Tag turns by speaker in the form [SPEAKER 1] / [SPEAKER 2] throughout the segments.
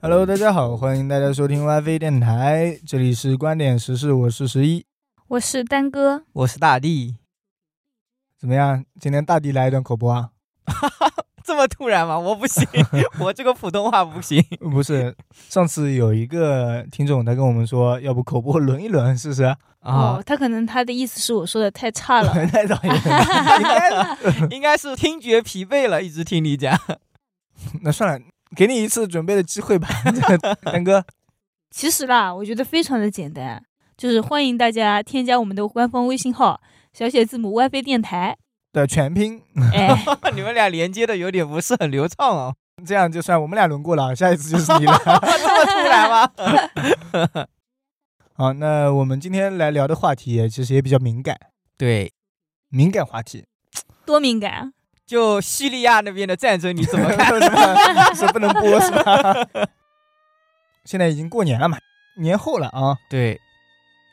[SPEAKER 1] Hello，大家好，欢迎大家收听 WiFi 电台，这里是观点时事，我是十一。
[SPEAKER 2] 我是丹哥，
[SPEAKER 3] 我是大地。
[SPEAKER 1] 怎么样？今天大地来一段口播啊？
[SPEAKER 3] 这么突然吗？我不行，我这个普通话不行。
[SPEAKER 1] 呃不是，上次有一个听众他跟我们说，要不口播轮一轮试试？
[SPEAKER 3] 啊
[SPEAKER 2] 哦，，他可能他的意思是我说的太差了，
[SPEAKER 1] 那倒也应该，
[SPEAKER 3] 应该是听觉疲惫了，一直听你 讲。
[SPEAKER 1] 那算了，给你一次准备的机会吧，丹哥。
[SPEAKER 2] 其实啦，我觉得非常的简单，就是欢迎大家添加我们的官方微信号，小写字母 WiFi 电 台。
[SPEAKER 1] 的全拼，
[SPEAKER 2] 哎，
[SPEAKER 3] 你们俩连接的有点不是很流畅 哦，
[SPEAKER 1] 这样就算我们俩轮过了，下一次就是你了。
[SPEAKER 3] 这么突然吗？
[SPEAKER 1] 好，那我们今天来聊的话题也其实也比较敏感，
[SPEAKER 3] 对，
[SPEAKER 1] 敏感话题。
[SPEAKER 2] 多敏感啊！
[SPEAKER 3] 就叙利亚那边的战争你怎么看？
[SPEAKER 1] 是吧是不能播是吧？ 现在已经过年了嘛，年后了啊，
[SPEAKER 3] 对，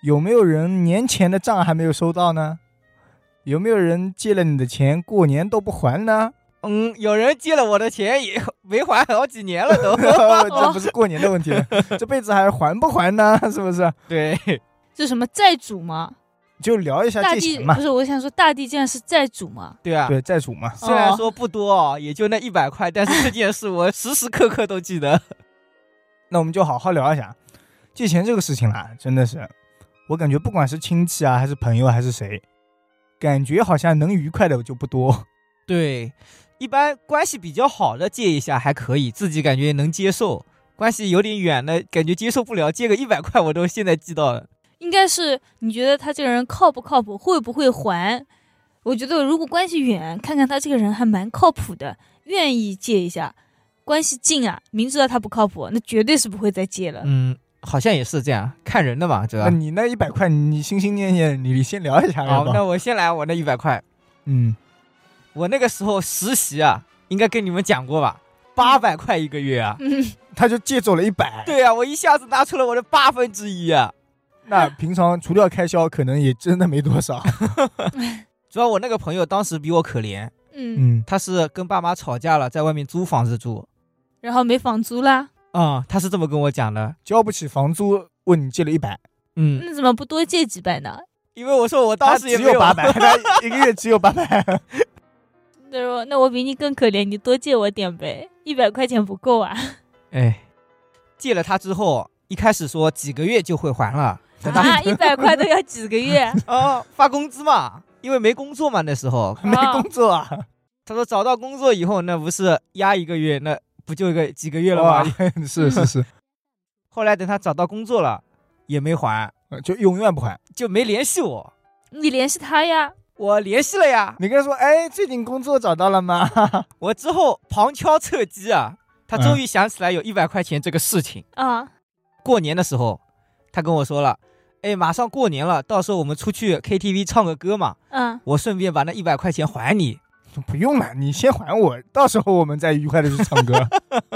[SPEAKER 1] 有没有人年前的账还没有收到呢？有没有人借了你的钱过年都不还呢？
[SPEAKER 3] 嗯，有人借了我的钱也没还好几年了都。
[SPEAKER 1] 这不是过年的问题了，这辈子还还不还呢？是不是？
[SPEAKER 3] 对，
[SPEAKER 2] 这什么债主吗？
[SPEAKER 1] 就聊一下
[SPEAKER 2] 大
[SPEAKER 1] 借
[SPEAKER 2] 地嗯
[SPEAKER 1] 钱嘛
[SPEAKER 2] 不，是，我想说大地竟然是债主吗？
[SPEAKER 3] 对啊。
[SPEAKER 1] 对债主嘛。
[SPEAKER 3] 虽然说不多哦，也就那一百块，但是这件事我时时刻刻都记得。
[SPEAKER 1] 那我们就好好聊一下借钱这个事情啦，真的是，我感觉不管是亲戚啊，还是朋友，还是谁，感觉好像能愉快的就不多。
[SPEAKER 3] 对，一般关系比较好的借一下还可以，自己感觉能接受；关系有点远的，感觉接受不了，借个一百块我都现在记到了。
[SPEAKER 2] 应该是你觉得他这个人靠不靠谱，会不会还？我觉得如果关系远，看看他这个人还蛮靠谱的，愿意借一下；关系近啊，明知道他不靠谱，那绝对是不会再借了。
[SPEAKER 3] 嗯，好像也是这样，看人的嘛，对吧
[SPEAKER 1] 那？你那一百块，你心心念念，你先聊一下要
[SPEAKER 3] 好
[SPEAKER 1] 不，
[SPEAKER 3] 那我先来我那一百块。
[SPEAKER 1] 嗯，
[SPEAKER 3] 我那个时候实习啊，应该跟你们讲过吧？八百块一个月啊！
[SPEAKER 2] 嗯，
[SPEAKER 1] 他就借走了一百。，
[SPEAKER 3] 对啊，我一下子拿出了我的八分之一啊！
[SPEAKER 1] 那平常除掉开销，可能也真的没多 少。
[SPEAKER 3] 主要我那个朋友当时比我可怜，
[SPEAKER 2] 嗯，
[SPEAKER 1] 嗯，
[SPEAKER 3] 他是跟爸妈吵架了，在外面租房子住。
[SPEAKER 2] 然后没房租啦，
[SPEAKER 3] 啊、他是这么跟我讲的。
[SPEAKER 1] 交不起房租，问你借了一百，
[SPEAKER 3] 嗯，
[SPEAKER 2] 那怎么不多借几百呢？
[SPEAKER 3] 因为我说我当
[SPEAKER 1] 他
[SPEAKER 3] 时
[SPEAKER 1] 只
[SPEAKER 3] 也没有
[SPEAKER 1] 有 八百，他一个月只有八百。
[SPEAKER 2] 他说：“那我比你更可怜，你多借我点呗，一百块钱不够啊。
[SPEAKER 3] 哎，借了他之后，一开始说几个月就会还了，
[SPEAKER 2] 啊，一百块都要几个 月？
[SPEAKER 3] 哦，发工资嘛，因为没工作嘛那时候。
[SPEAKER 1] 没工作啊，
[SPEAKER 3] 他说找到工作以后，那不是压一个月，那不就一个几个月了
[SPEAKER 1] 哇
[SPEAKER 3] 吗？，
[SPEAKER 1] 是是 是，
[SPEAKER 3] 后来等他找到工作了，也没还，
[SPEAKER 1] 就永远不还。
[SPEAKER 3] 就没联系我。
[SPEAKER 2] 你联系他呀，
[SPEAKER 3] 我联系了呀，
[SPEAKER 1] 你跟他说，哎，最近工作找到了吗？
[SPEAKER 3] 我之后旁敲侧击啊，他终于想起来有一百块钱这个事情。
[SPEAKER 2] 啊，
[SPEAKER 3] 过年的时候，他跟我说了，哎，马上过年了，到时候我们出去 KTV 唱个歌嘛，
[SPEAKER 2] 嗯，
[SPEAKER 3] 我顺便把那一百块钱还你。
[SPEAKER 1] 不用了，你先还我，到时候我们再愉快的去唱 歌，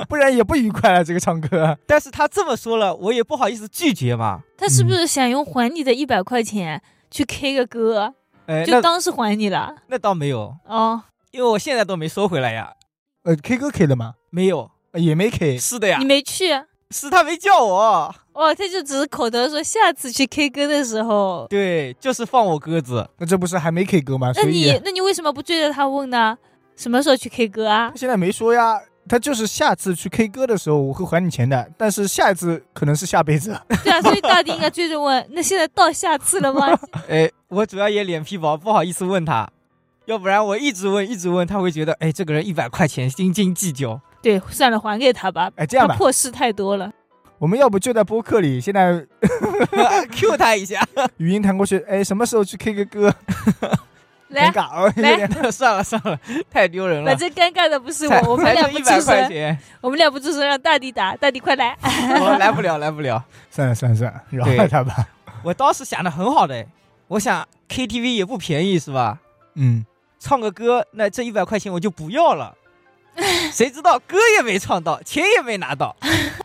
[SPEAKER 1] 不然也不愉快了。这个唱歌，
[SPEAKER 3] 但是他这么说了，我也不好意思拒绝嘛。
[SPEAKER 2] 他是不是想用还你的一百块钱去 K 个歌，
[SPEAKER 3] 哎，
[SPEAKER 2] 就
[SPEAKER 3] 那
[SPEAKER 2] 当是还你了？
[SPEAKER 3] 那倒没有，
[SPEAKER 2] 哦，
[SPEAKER 3] 因为我现在都没收回来呀。
[SPEAKER 1] 呃，K 歌 K 了吗？
[SPEAKER 3] 没有，
[SPEAKER 1] 呃也没 K，
[SPEAKER 3] 是的呀
[SPEAKER 2] 你，没去？
[SPEAKER 3] 是他没叫我。
[SPEAKER 2] 哦，他就只是口头说下次去 K 歌的时候。
[SPEAKER 3] 对，就是放我鸽子。
[SPEAKER 1] 那这不是还没 K
[SPEAKER 3] 啊
[SPEAKER 1] 歌吗？
[SPEAKER 2] 那
[SPEAKER 1] 所以
[SPEAKER 2] 你那你为什么不追着他问呢？什么时候去 K 歌啊
[SPEAKER 1] 他？现在没说呀，他就是下次去 K 歌的时候我会还你钱的，但是下一次可能是下辈子。
[SPEAKER 2] 对啊，所以大地应该追着问。 那现在到下次了吗？
[SPEAKER 3] 哎，我主要也脸皮薄，不好意思问他，要不然我一直问一直问，他会觉得哎，这个人一百块钱斤斤计 较。
[SPEAKER 2] 对，算了，还给他吧。
[SPEAKER 1] 哎，这样
[SPEAKER 2] 他
[SPEAKER 1] 吧，
[SPEAKER 2] 破事太多了。
[SPEAKER 1] 我们要不就在播客里现在
[SPEAKER 3] Q 他一下，
[SPEAKER 1] 语音弹过去，哎，什么时候去 K 个歌？尴
[SPEAKER 2] 来，
[SPEAKER 1] 尬哦，有
[SPEAKER 2] 来
[SPEAKER 1] 点
[SPEAKER 3] 算了算了，太丢人了
[SPEAKER 2] 反。正尴尬的不是
[SPEAKER 3] 才
[SPEAKER 2] 我，我们
[SPEAKER 3] 才
[SPEAKER 2] 俩
[SPEAKER 3] 挣
[SPEAKER 2] 不
[SPEAKER 3] 一
[SPEAKER 2] 出
[SPEAKER 3] 百块
[SPEAKER 2] 声，
[SPEAKER 3] 钱，
[SPEAKER 2] 我们俩不出声，让大地打，大地快来。
[SPEAKER 3] 我来不了，来不了。
[SPEAKER 1] 算了算了算了，饶
[SPEAKER 3] 对
[SPEAKER 1] 了他吧。
[SPEAKER 3] 我当时想的很好的，我想 KTV 也不便宜是吧？
[SPEAKER 1] 嗯，
[SPEAKER 3] 唱个歌，那这一百块钱我就不要了。谁知道歌也没唱到，钱也没拿到，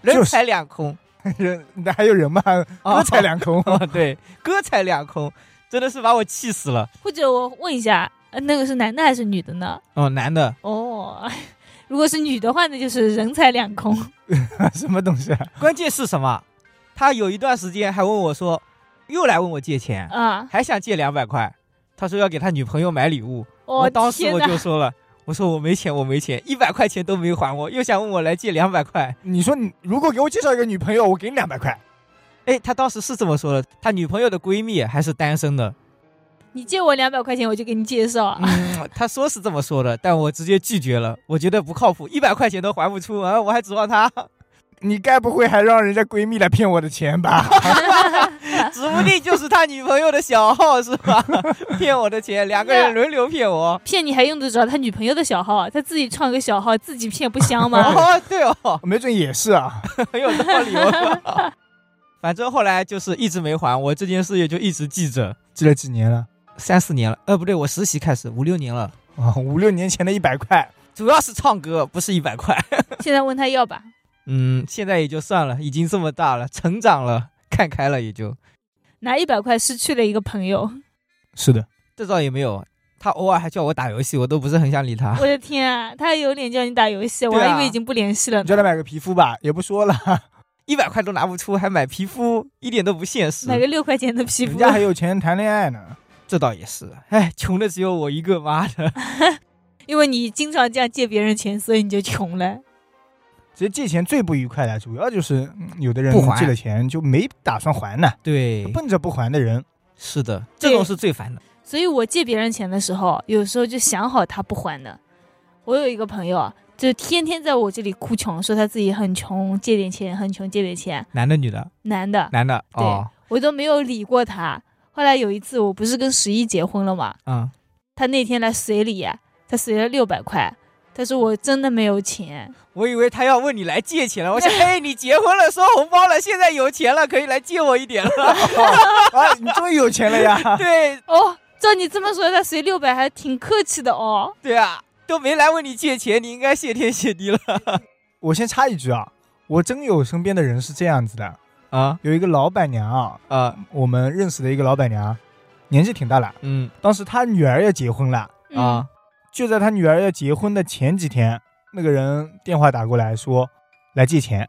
[SPEAKER 3] 人财两空。
[SPEAKER 1] 人那还有人吗？歌才两空。
[SPEAKER 3] 哦，对，歌财两空，真的是把我气死了。
[SPEAKER 2] 或者我问一下，呃那个是男的还是女的呢？
[SPEAKER 3] 哦，男的，
[SPEAKER 2] 哦， 如果是女的话，那就是人财两空。
[SPEAKER 1] 什么东西啊？
[SPEAKER 3] 关键是什么？他有一段时间还问我说，又来问我借钱，
[SPEAKER 2] 啊！
[SPEAKER 3] 还想借两百块。他说要给他女朋友买礼物，
[SPEAKER 2] 我、
[SPEAKER 3] 我当时
[SPEAKER 2] 天
[SPEAKER 3] 我
[SPEAKER 2] 哪！
[SPEAKER 3] 就说了，我说我没钱，我没钱，一百块钱都没还我，又想问我来借两百块。
[SPEAKER 1] 你说你如果给我介绍一个女朋友，我给你两百块。
[SPEAKER 3] 哎，他当时是这么说的，他女朋友的闺蜜还是单身的，
[SPEAKER 2] 你借我两百块钱，我就给你介绍啊。
[SPEAKER 3] 嗯，他说是这么说的，但我直接拒绝了，我觉得不靠谱，一百块钱都还不出，啊，我还指望他，
[SPEAKER 1] 你该不会还让人家闺蜜来骗我的钱吧？
[SPEAKER 3] 指不定就是他女朋友的小号是吧？ 骗我的钱，两个人轮流骗我。
[SPEAKER 2] 骗你还用得着他女朋友的小号啊？他自己创个小号，自己骗不香 吗？
[SPEAKER 3] 哦，对哦，
[SPEAKER 1] 没准也是啊。
[SPEAKER 3] 很有道理哦。反正后来就是一直没还，我这件事也就一直记着，
[SPEAKER 1] 记了几年了
[SPEAKER 3] 三四年了，呃，不对，我实习开始五六年了，
[SPEAKER 1] 啊，五六年前的一百块，
[SPEAKER 3] 主要是唱歌，不是一百块。
[SPEAKER 2] 现在问他要吧。
[SPEAKER 3] 嗯，现在也就算了，已经这么大了，成长了，看开了，也就
[SPEAKER 2] 拿一百块失去了一个朋友，
[SPEAKER 1] 是的，
[SPEAKER 3] 这倒也没有。他偶尔还叫我打游戏，我都不是很想理他。
[SPEAKER 2] 我的天啊！他还有脸叫你打游戏，我
[SPEAKER 3] 对啊
[SPEAKER 2] 还以为已经不联系了
[SPEAKER 1] 你叫
[SPEAKER 2] 呢。
[SPEAKER 1] 他买个皮肤吧，也不说了，
[SPEAKER 3] 一百块都拿不出，还买皮肤，一点都不现实。
[SPEAKER 2] 买个六块钱的皮
[SPEAKER 1] 人
[SPEAKER 2] 肤，
[SPEAKER 1] 家还有钱谈恋爱呢。
[SPEAKER 3] 这倒也是，哎，穷的只有我一个，妈的！
[SPEAKER 2] 因为你经常这样借别人钱，所以你就穷了。
[SPEAKER 1] 其实借钱最不愉快的，主要就是、嗯有的人
[SPEAKER 3] 不还哎
[SPEAKER 1] 借了钱就没打算还呢，
[SPEAKER 3] 对，
[SPEAKER 1] 奔着不还的人。
[SPEAKER 3] 是的，
[SPEAKER 2] 对
[SPEAKER 3] 这种是最烦的。
[SPEAKER 2] 所以我借别人钱的时候，有时候就想好他不还的。我有一个朋友啊，就天天在我这里哭穷，说他自己很穷，借点钱，很穷，借点钱。
[SPEAKER 3] 男的、女的，
[SPEAKER 2] 男的，
[SPEAKER 3] 男的，
[SPEAKER 2] 对
[SPEAKER 3] 哦，
[SPEAKER 2] 我都没有理过他。后来有一次，我不是跟十一结婚了嘛，
[SPEAKER 3] 嗯，
[SPEAKER 2] 他那天来随礼、啊，他随了六百块，他说我真的没有钱，
[SPEAKER 3] 我以为他要问你来借钱了，我想，哎，你结婚了，收红包了，现在有钱了，可以来借我一 点了。
[SPEAKER 1] 啊，你终于有钱了呀！
[SPEAKER 3] 对，
[SPEAKER 2] 哦，照你这么说，他随六百还挺客气的哦。
[SPEAKER 3] 对啊，都没来问你借钱，你应该谢天 谢地了
[SPEAKER 1] 我先插一句啊，我真有身边的人是这样子的，
[SPEAKER 3] 啊
[SPEAKER 1] 有一个老板娘啊，
[SPEAKER 3] 啊
[SPEAKER 1] 我们认识的一个老板娘，年纪挺大了，
[SPEAKER 3] 嗯
[SPEAKER 1] 当时她女儿要结婚了，
[SPEAKER 2] 嗯、
[SPEAKER 3] 啊，
[SPEAKER 1] 就在她女儿要结婚的前几天，那个人电话打过来说来借钱，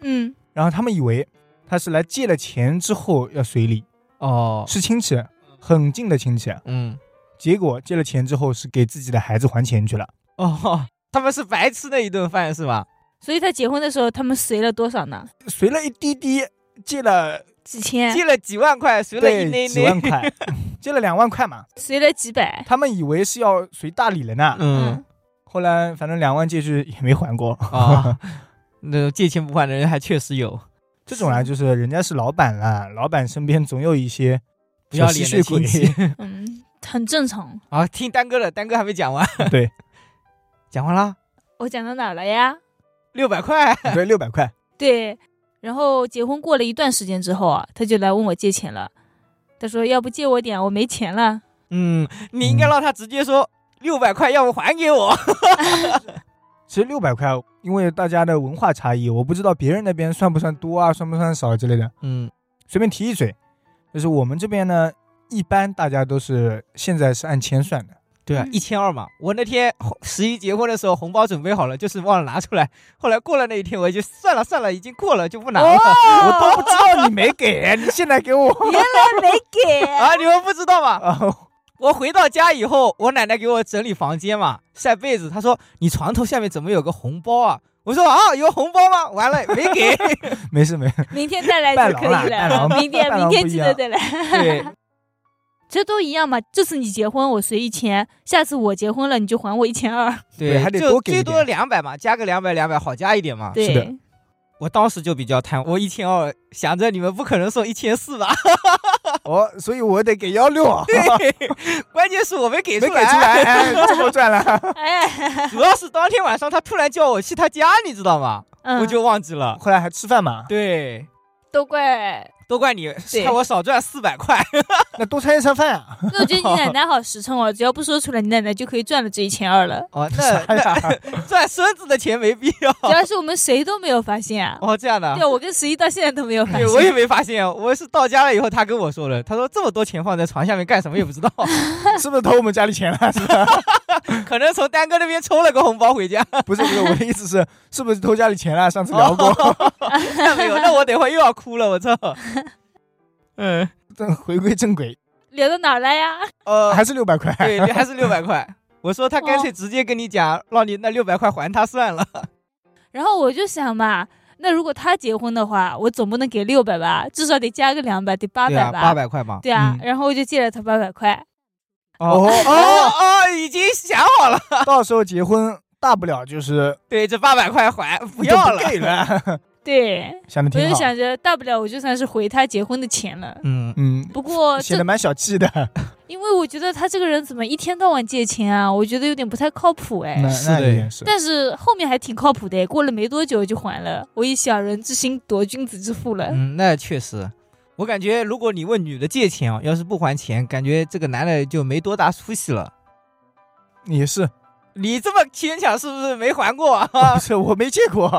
[SPEAKER 2] 嗯，
[SPEAKER 1] 然后他们以为他是来借了钱之后要随礼，
[SPEAKER 3] 哦，
[SPEAKER 1] 是亲戚，很近的亲戚，
[SPEAKER 3] 嗯
[SPEAKER 1] 结果借了钱之后是给自己的孩子还钱去了，
[SPEAKER 3] 哦， 他们是白吃那一顿饭是吧？
[SPEAKER 2] 所以他结婚的时候，他们随了多少呢？
[SPEAKER 1] 随了一滴滴，借了
[SPEAKER 2] 几 千，
[SPEAKER 3] 借了几万块，随了一
[SPEAKER 1] 对
[SPEAKER 3] 内
[SPEAKER 1] 几万
[SPEAKER 3] 内，
[SPEAKER 1] 块， 借了两万块嘛，
[SPEAKER 2] 随了几百。
[SPEAKER 1] 他们以为是要随大礼了呢。
[SPEAKER 3] 嗯
[SPEAKER 1] 后来反正两万借去也没还过。
[SPEAKER 3] 啊， 那借钱不还的人还确实有，
[SPEAKER 1] 这种啊，就是人家是老板啦，老板身边总有一些
[SPEAKER 3] 不要
[SPEAKER 1] 小吸
[SPEAKER 3] 脸的
[SPEAKER 1] 血鬼
[SPEAKER 3] 亲。戚
[SPEAKER 2] 嗯，很正常。
[SPEAKER 3] 啊。听丹哥的，丹哥还没讲完，
[SPEAKER 1] 对
[SPEAKER 3] 讲完了，
[SPEAKER 2] 我讲到哪儿了呀？
[SPEAKER 3] 六百块，
[SPEAKER 1] 对，六百块，
[SPEAKER 2] 对，然后结婚过了一段时间之后啊，他就来问我借钱了。他说：“要不借我点，我没钱了。
[SPEAKER 3] 嗯，你应该让他直接说六百块，要不还给我。
[SPEAKER 1] 其实六百块，因为大家的文化差异，我不知道别人那边算不算多啊，算不算少之类的。
[SPEAKER 3] 嗯
[SPEAKER 1] 随便提一嘴，就是我们这边呢，一般大家都是现在是按钱算的，
[SPEAKER 3] 对啊，
[SPEAKER 2] 嗯
[SPEAKER 3] 一千二嘛。我那天红十一结婚的时候，红包准备好了，就是忘了拿出来。后来过了那一天，我就算了算了，已经过了，就不拿了。
[SPEAKER 1] 我都不知道你没给，你现在给我。
[SPEAKER 2] 原来没 给
[SPEAKER 3] 啊，你们不知道吗？
[SPEAKER 1] 啊，
[SPEAKER 3] 我回到家以后，我奶奶给我整理房间嘛，晒被子。她说：“你床头下面怎么有个红包啊？”我说：“啊，有红包吗？”完了，没 给。
[SPEAKER 1] 没事没事，
[SPEAKER 2] 明天再来
[SPEAKER 1] 伴
[SPEAKER 2] 就
[SPEAKER 1] 郎
[SPEAKER 2] 可
[SPEAKER 1] 啦
[SPEAKER 2] 以
[SPEAKER 1] 伴
[SPEAKER 2] 了。
[SPEAKER 1] 郎
[SPEAKER 2] 明天
[SPEAKER 1] 伴
[SPEAKER 2] 明
[SPEAKER 1] 郎
[SPEAKER 2] 天
[SPEAKER 1] 不一
[SPEAKER 2] 记得
[SPEAKER 1] 样
[SPEAKER 2] 再来。
[SPEAKER 3] 对，
[SPEAKER 2] 这都一样嘛。这次你结婚我随一千，下次我结婚了你就还我一千二。
[SPEAKER 1] 对还得
[SPEAKER 3] 就
[SPEAKER 1] 多给一点
[SPEAKER 3] 最多两百嘛，加个两百两百好加一点嘛。
[SPEAKER 1] 是的
[SPEAKER 2] 对，
[SPEAKER 3] 我当时就比较贪，我一千二，想着你们不可能送一千四 吧？
[SPEAKER 1] 哦，所以我得给幺六，
[SPEAKER 3] 关键是我没给
[SPEAKER 1] 没给出
[SPEAKER 3] 出
[SPEAKER 1] 来，
[SPEAKER 3] 来，
[SPEAKER 1] 哎，这么赚了。
[SPEAKER 2] 哎，
[SPEAKER 3] 主要是当天晚上他突然叫我去他家，你知道吗？
[SPEAKER 2] 嗯
[SPEAKER 3] 我就忘记了。
[SPEAKER 1] 后来还吃饭嘛，
[SPEAKER 3] 对，
[SPEAKER 2] 都怪
[SPEAKER 3] 都怪你，
[SPEAKER 2] 对
[SPEAKER 3] 害我少赚四百块。
[SPEAKER 1] 那多餐一餐饭 啊！
[SPEAKER 2] 那我觉得你奶奶好实诚哦，只要不说出来，你奶奶就可以赚了这一千二 了。
[SPEAKER 3] 哦，那
[SPEAKER 1] 啥呀？
[SPEAKER 3] 赚孙子的钱没必 要。
[SPEAKER 2] 主要是我们谁都没有发现 啊。
[SPEAKER 3] 哦，这样的啊。
[SPEAKER 2] 对，我跟十一到现在都没有发
[SPEAKER 3] 对， 我也
[SPEAKER 2] 现。
[SPEAKER 3] 没发现，啊我是到家了以后，他跟我说了，他说这么多钱放在床下面干什么也不知道，
[SPEAKER 1] 是不是偷我们家里钱了？是吧？
[SPEAKER 3] 可能从丹哥那边抽了个红包回家，
[SPEAKER 1] 不是不是，我的意思是，是不是偷家里钱了？上次聊 过，
[SPEAKER 3] 那没有，那我等会又要哭了，我操，嗯，
[SPEAKER 1] 正回归正轨，
[SPEAKER 2] 聊到哪儿来呀？
[SPEAKER 3] 呃，
[SPEAKER 1] 还是六百块。
[SPEAKER 3] 对，还是六百 块，我说他干
[SPEAKER 2] 哦
[SPEAKER 3] 脆直接跟你讲，让你那六百块还他算了，
[SPEAKER 2] 然后我就想嘛，那如果他结婚的话，我总不能给六百吧，至少得加个两百，得八
[SPEAKER 3] 对
[SPEAKER 2] 百
[SPEAKER 3] 啊，
[SPEAKER 2] 吧
[SPEAKER 3] 八。百块嘛，
[SPEAKER 2] 对啊，
[SPEAKER 1] 嗯
[SPEAKER 2] 然后我就借了他八百块。
[SPEAKER 1] 哦
[SPEAKER 3] 哦哦，已经想好了，
[SPEAKER 1] 到时候结婚，大不了就是
[SPEAKER 3] 对，这八百块还不要
[SPEAKER 1] 就
[SPEAKER 3] 了，
[SPEAKER 1] 给了，
[SPEAKER 2] 对，
[SPEAKER 1] 想的
[SPEAKER 2] 我
[SPEAKER 1] 挺
[SPEAKER 2] 就
[SPEAKER 1] 好。
[SPEAKER 2] 想着，大不了我就算是回他结婚的钱了。
[SPEAKER 3] 嗯，
[SPEAKER 1] 嗯，
[SPEAKER 2] 不过
[SPEAKER 1] 显
[SPEAKER 2] 哦这
[SPEAKER 1] 得蛮小气的。
[SPEAKER 2] 因为我觉得他这个人怎么一天到晚借钱啊？我觉得有点不太靠谱哎。
[SPEAKER 1] 那
[SPEAKER 3] 是
[SPEAKER 1] 那
[SPEAKER 3] 的
[SPEAKER 1] 一定是。
[SPEAKER 2] 但是后面还挺靠谱的，过了没多久就还了。我以小人之心夺君子之腹了。
[SPEAKER 3] 嗯，那确实，我感觉如果你问女的借钱啊，要是不还钱，感觉这个男的就没多大出息了。
[SPEAKER 1] 也是，
[SPEAKER 3] 你这么牵强，是不是没还过 啊？
[SPEAKER 1] 不是我没借过，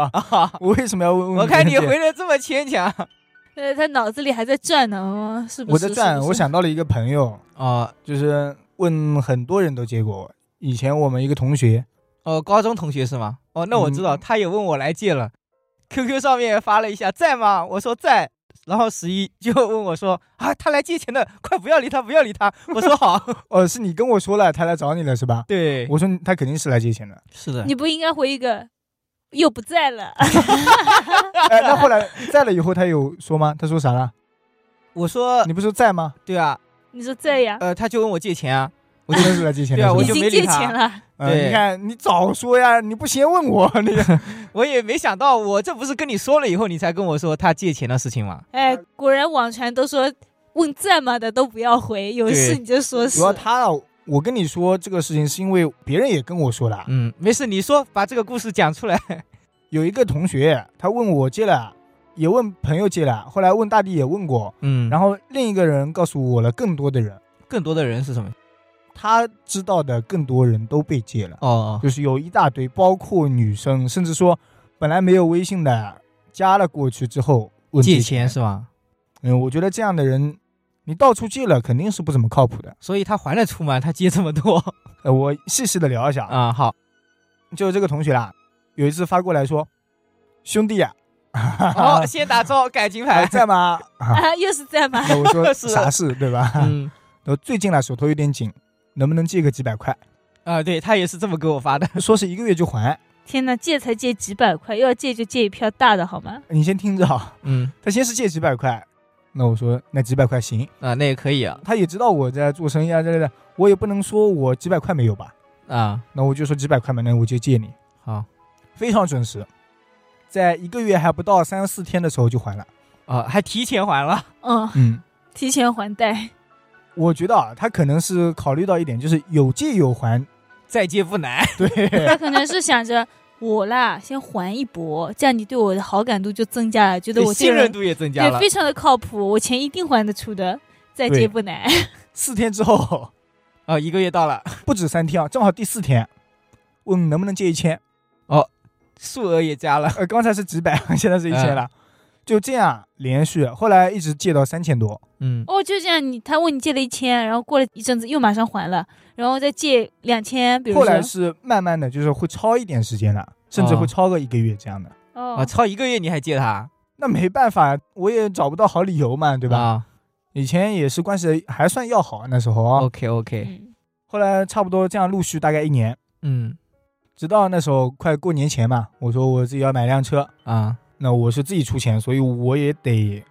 [SPEAKER 1] 我为什么要问？问
[SPEAKER 3] 我看你
[SPEAKER 1] 人家
[SPEAKER 3] 回的这么牵强。
[SPEAKER 2] 呃，他脑子里还在转呢，哦是不是？
[SPEAKER 1] 我在
[SPEAKER 2] 是
[SPEAKER 1] 转，
[SPEAKER 2] 不是
[SPEAKER 1] 我想到了一个朋友，
[SPEAKER 3] 哦
[SPEAKER 1] 就是问很多人都借过我。以前我们一个同学，
[SPEAKER 3] 哦，高中同学是吗？哦，那我知道，
[SPEAKER 1] 嗯
[SPEAKER 3] 他也问我来借了。QQ 上面发了一下在吗？我说在，然后十一就问我说啊，他来借钱的，快不要理他，不要理他。我说好，
[SPEAKER 1] 哦，是你跟我说了，他来找你了是吧？
[SPEAKER 3] 对，
[SPEAKER 1] 我说他肯定是来借钱的。
[SPEAKER 3] 是的
[SPEAKER 2] 你不应该回一个又不在了，
[SPEAKER 1] 哎，那后来 在了以后，他有说吗？他说啥了？
[SPEAKER 3] 我说
[SPEAKER 1] 你不是说在吗？
[SPEAKER 3] 对啊，
[SPEAKER 2] 你说在呀？
[SPEAKER 3] 呃，他就问我借钱啊，
[SPEAKER 1] 我真的是来借钱的。
[SPEAKER 3] 对啊
[SPEAKER 1] 是吧
[SPEAKER 3] 我
[SPEAKER 2] 已
[SPEAKER 3] 就
[SPEAKER 2] 经
[SPEAKER 3] 没理
[SPEAKER 2] 借
[SPEAKER 3] 他
[SPEAKER 2] 钱了，
[SPEAKER 1] 嗯
[SPEAKER 3] 对
[SPEAKER 1] 你看你早说呀，你不先问我， 你
[SPEAKER 3] 我也没想到，我这不是跟你说了以后，你才跟我说他借钱的事情吗？
[SPEAKER 2] 哎，果然网传都说问在吗的都不要回，有事
[SPEAKER 3] 对
[SPEAKER 2] 你就说是
[SPEAKER 1] 主。要他啊，我跟你说这个事情是因为别人也跟我说的啊。
[SPEAKER 3] 嗯，没事，你说把这个故事讲出来。
[SPEAKER 1] 有一个同学，他问我借了，也问朋友借了，后来问大地也问过，
[SPEAKER 3] 嗯然
[SPEAKER 1] 然
[SPEAKER 3] 后
[SPEAKER 1] 后另一个人告诉我了更多的人，
[SPEAKER 3] 更多的人是什么？
[SPEAKER 1] 他知道的更多人都被借了，
[SPEAKER 3] 哦
[SPEAKER 1] 就是有一大堆，包括女生，甚至说本来没有微信的加了过去之后问
[SPEAKER 3] 借
[SPEAKER 1] 钱
[SPEAKER 3] 钱是吧？
[SPEAKER 1] 嗯，我觉得这样的人，你到处借了肯定是不怎么靠谱的。
[SPEAKER 3] 所以他还得出吗？他借这么多
[SPEAKER 1] 呃，我细细的聊一下啊，
[SPEAKER 3] 啊、好，
[SPEAKER 1] 就这个同学啦，有一次发过来说：“兄弟呀、啊，
[SPEAKER 3] 好，哦先打招感情
[SPEAKER 1] 还
[SPEAKER 3] 牌。
[SPEAKER 1] 在吗？”啊
[SPEAKER 2] 啊，又是在吗？
[SPEAKER 1] 那我说
[SPEAKER 3] 是啊
[SPEAKER 1] 啥事对吧？
[SPEAKER 3] 嗯
[SPEAKER 1] 然后最近呢啊手头有点紧，能不能借个几百块？
[SPEAKER 3] 啊、对他也是这么给我发的。
[SPEAKER 1] 说是一个月就还，
[SPEAKER 2] 天哪，借才借几百块，要借就借一票大的好吗？
[SPEAKER 1] 你先听着啊。
[SPEAKER 3] 嗯
[SPEAKER 1] 他先是借几百块，那我说那几百块行，
[SPEAKER 3] 啊、那也可以啊
[SPEAKER 1] 他也知道我在做生意啊之类的，我也不能说我几百块没有吧，
[SPEAKER 3] 啊、
[SPEAKER 1] 那我就说几百块嘛，那我就借你，
[SPEAKER 3] 好
[SPEAKER 1] 非常准时，在一个月还不到三四天的时候就还了。
[SPEAKER 3] 啊、还提前还了。
[SPEAKER 2] 嗯，
[SPEAKER 1] 嗯，
[SPEAKER 2] 提前还贷，
[SPEAKER 1] 我觉得啊，他可能是考虑到一点，就是有借有还，
[SPEAKER 3] 再借不难，
[SPEAKER 1] 对，
[SPEAKER 2] 他可能是想着。我啦，先还一波，这样你对我的好感度就增加了，觉得
[SPEAKER 3] 对
[SPEAKER 2] 我这
[SPEAKER 3] 信
[SPEAKER 2] 个人
[SPEAKER 3] 任度也增加
[SPEAKER 2] 对
[SPEAKER 3] 了
[SPEAKER 2] 非。常的靠谱，我钱一定还得出的，再
[SPEAKER 1] 对
[SPEAKER 2] 借不难。
[SPEAKER 1] 四天之后
[SPEAKER 3] 哦，一个月到了，
[SPEAKER 1] 不止三天啊，正好第四天，问能不能借一千，
[SPEAKER 3] 数额也加了。
[SPEAKER 1] 呃，刚才是几百， 现在是一千
[SPEAKER 2] 嗯
[SPEAKER 1] 了，就这样连续，后来一直借到三千多，
[SPEAKER 3] 嗯
[SPEAKER 2] 哦，就这样，你他问你借了一千，然后过了一阵子又马上还了，然后再借两千，比如
[SPEAKER 1] 后
[SPEAKER 2] 说
[SPEAKER 1] 来是慢慢的就是会超一点时间了，甚至会超个一个月这样的。
[SPEAKER 3] 啊，
[SPEAKER 2] 哦，
[SPEAKER 3] 超一个月你还借他，
[SPEAKER 1] 那没办法，我也找不到好理由嘛，对
[SPEAKER 3] 对
[SPEAKER 1] 吧？
[SPEAKER 3] 啊、
[SPEAKER 1] 以前也是关系还算要好那时候啊，
[SPEAKER 3] ？OK OK，
[SPEAKER 2] 嗯
[SPEAKER 1] 后来差不多这样陆续大概一年，
[SPEAKER 3] 嗯
[SPEAKER 1] 直到那时候快过年前嘛，我说我自己要买辆车，
[SPEAKER 3] 啊，
[SPEAKER 1] 那我是自己出钱，所以我也得，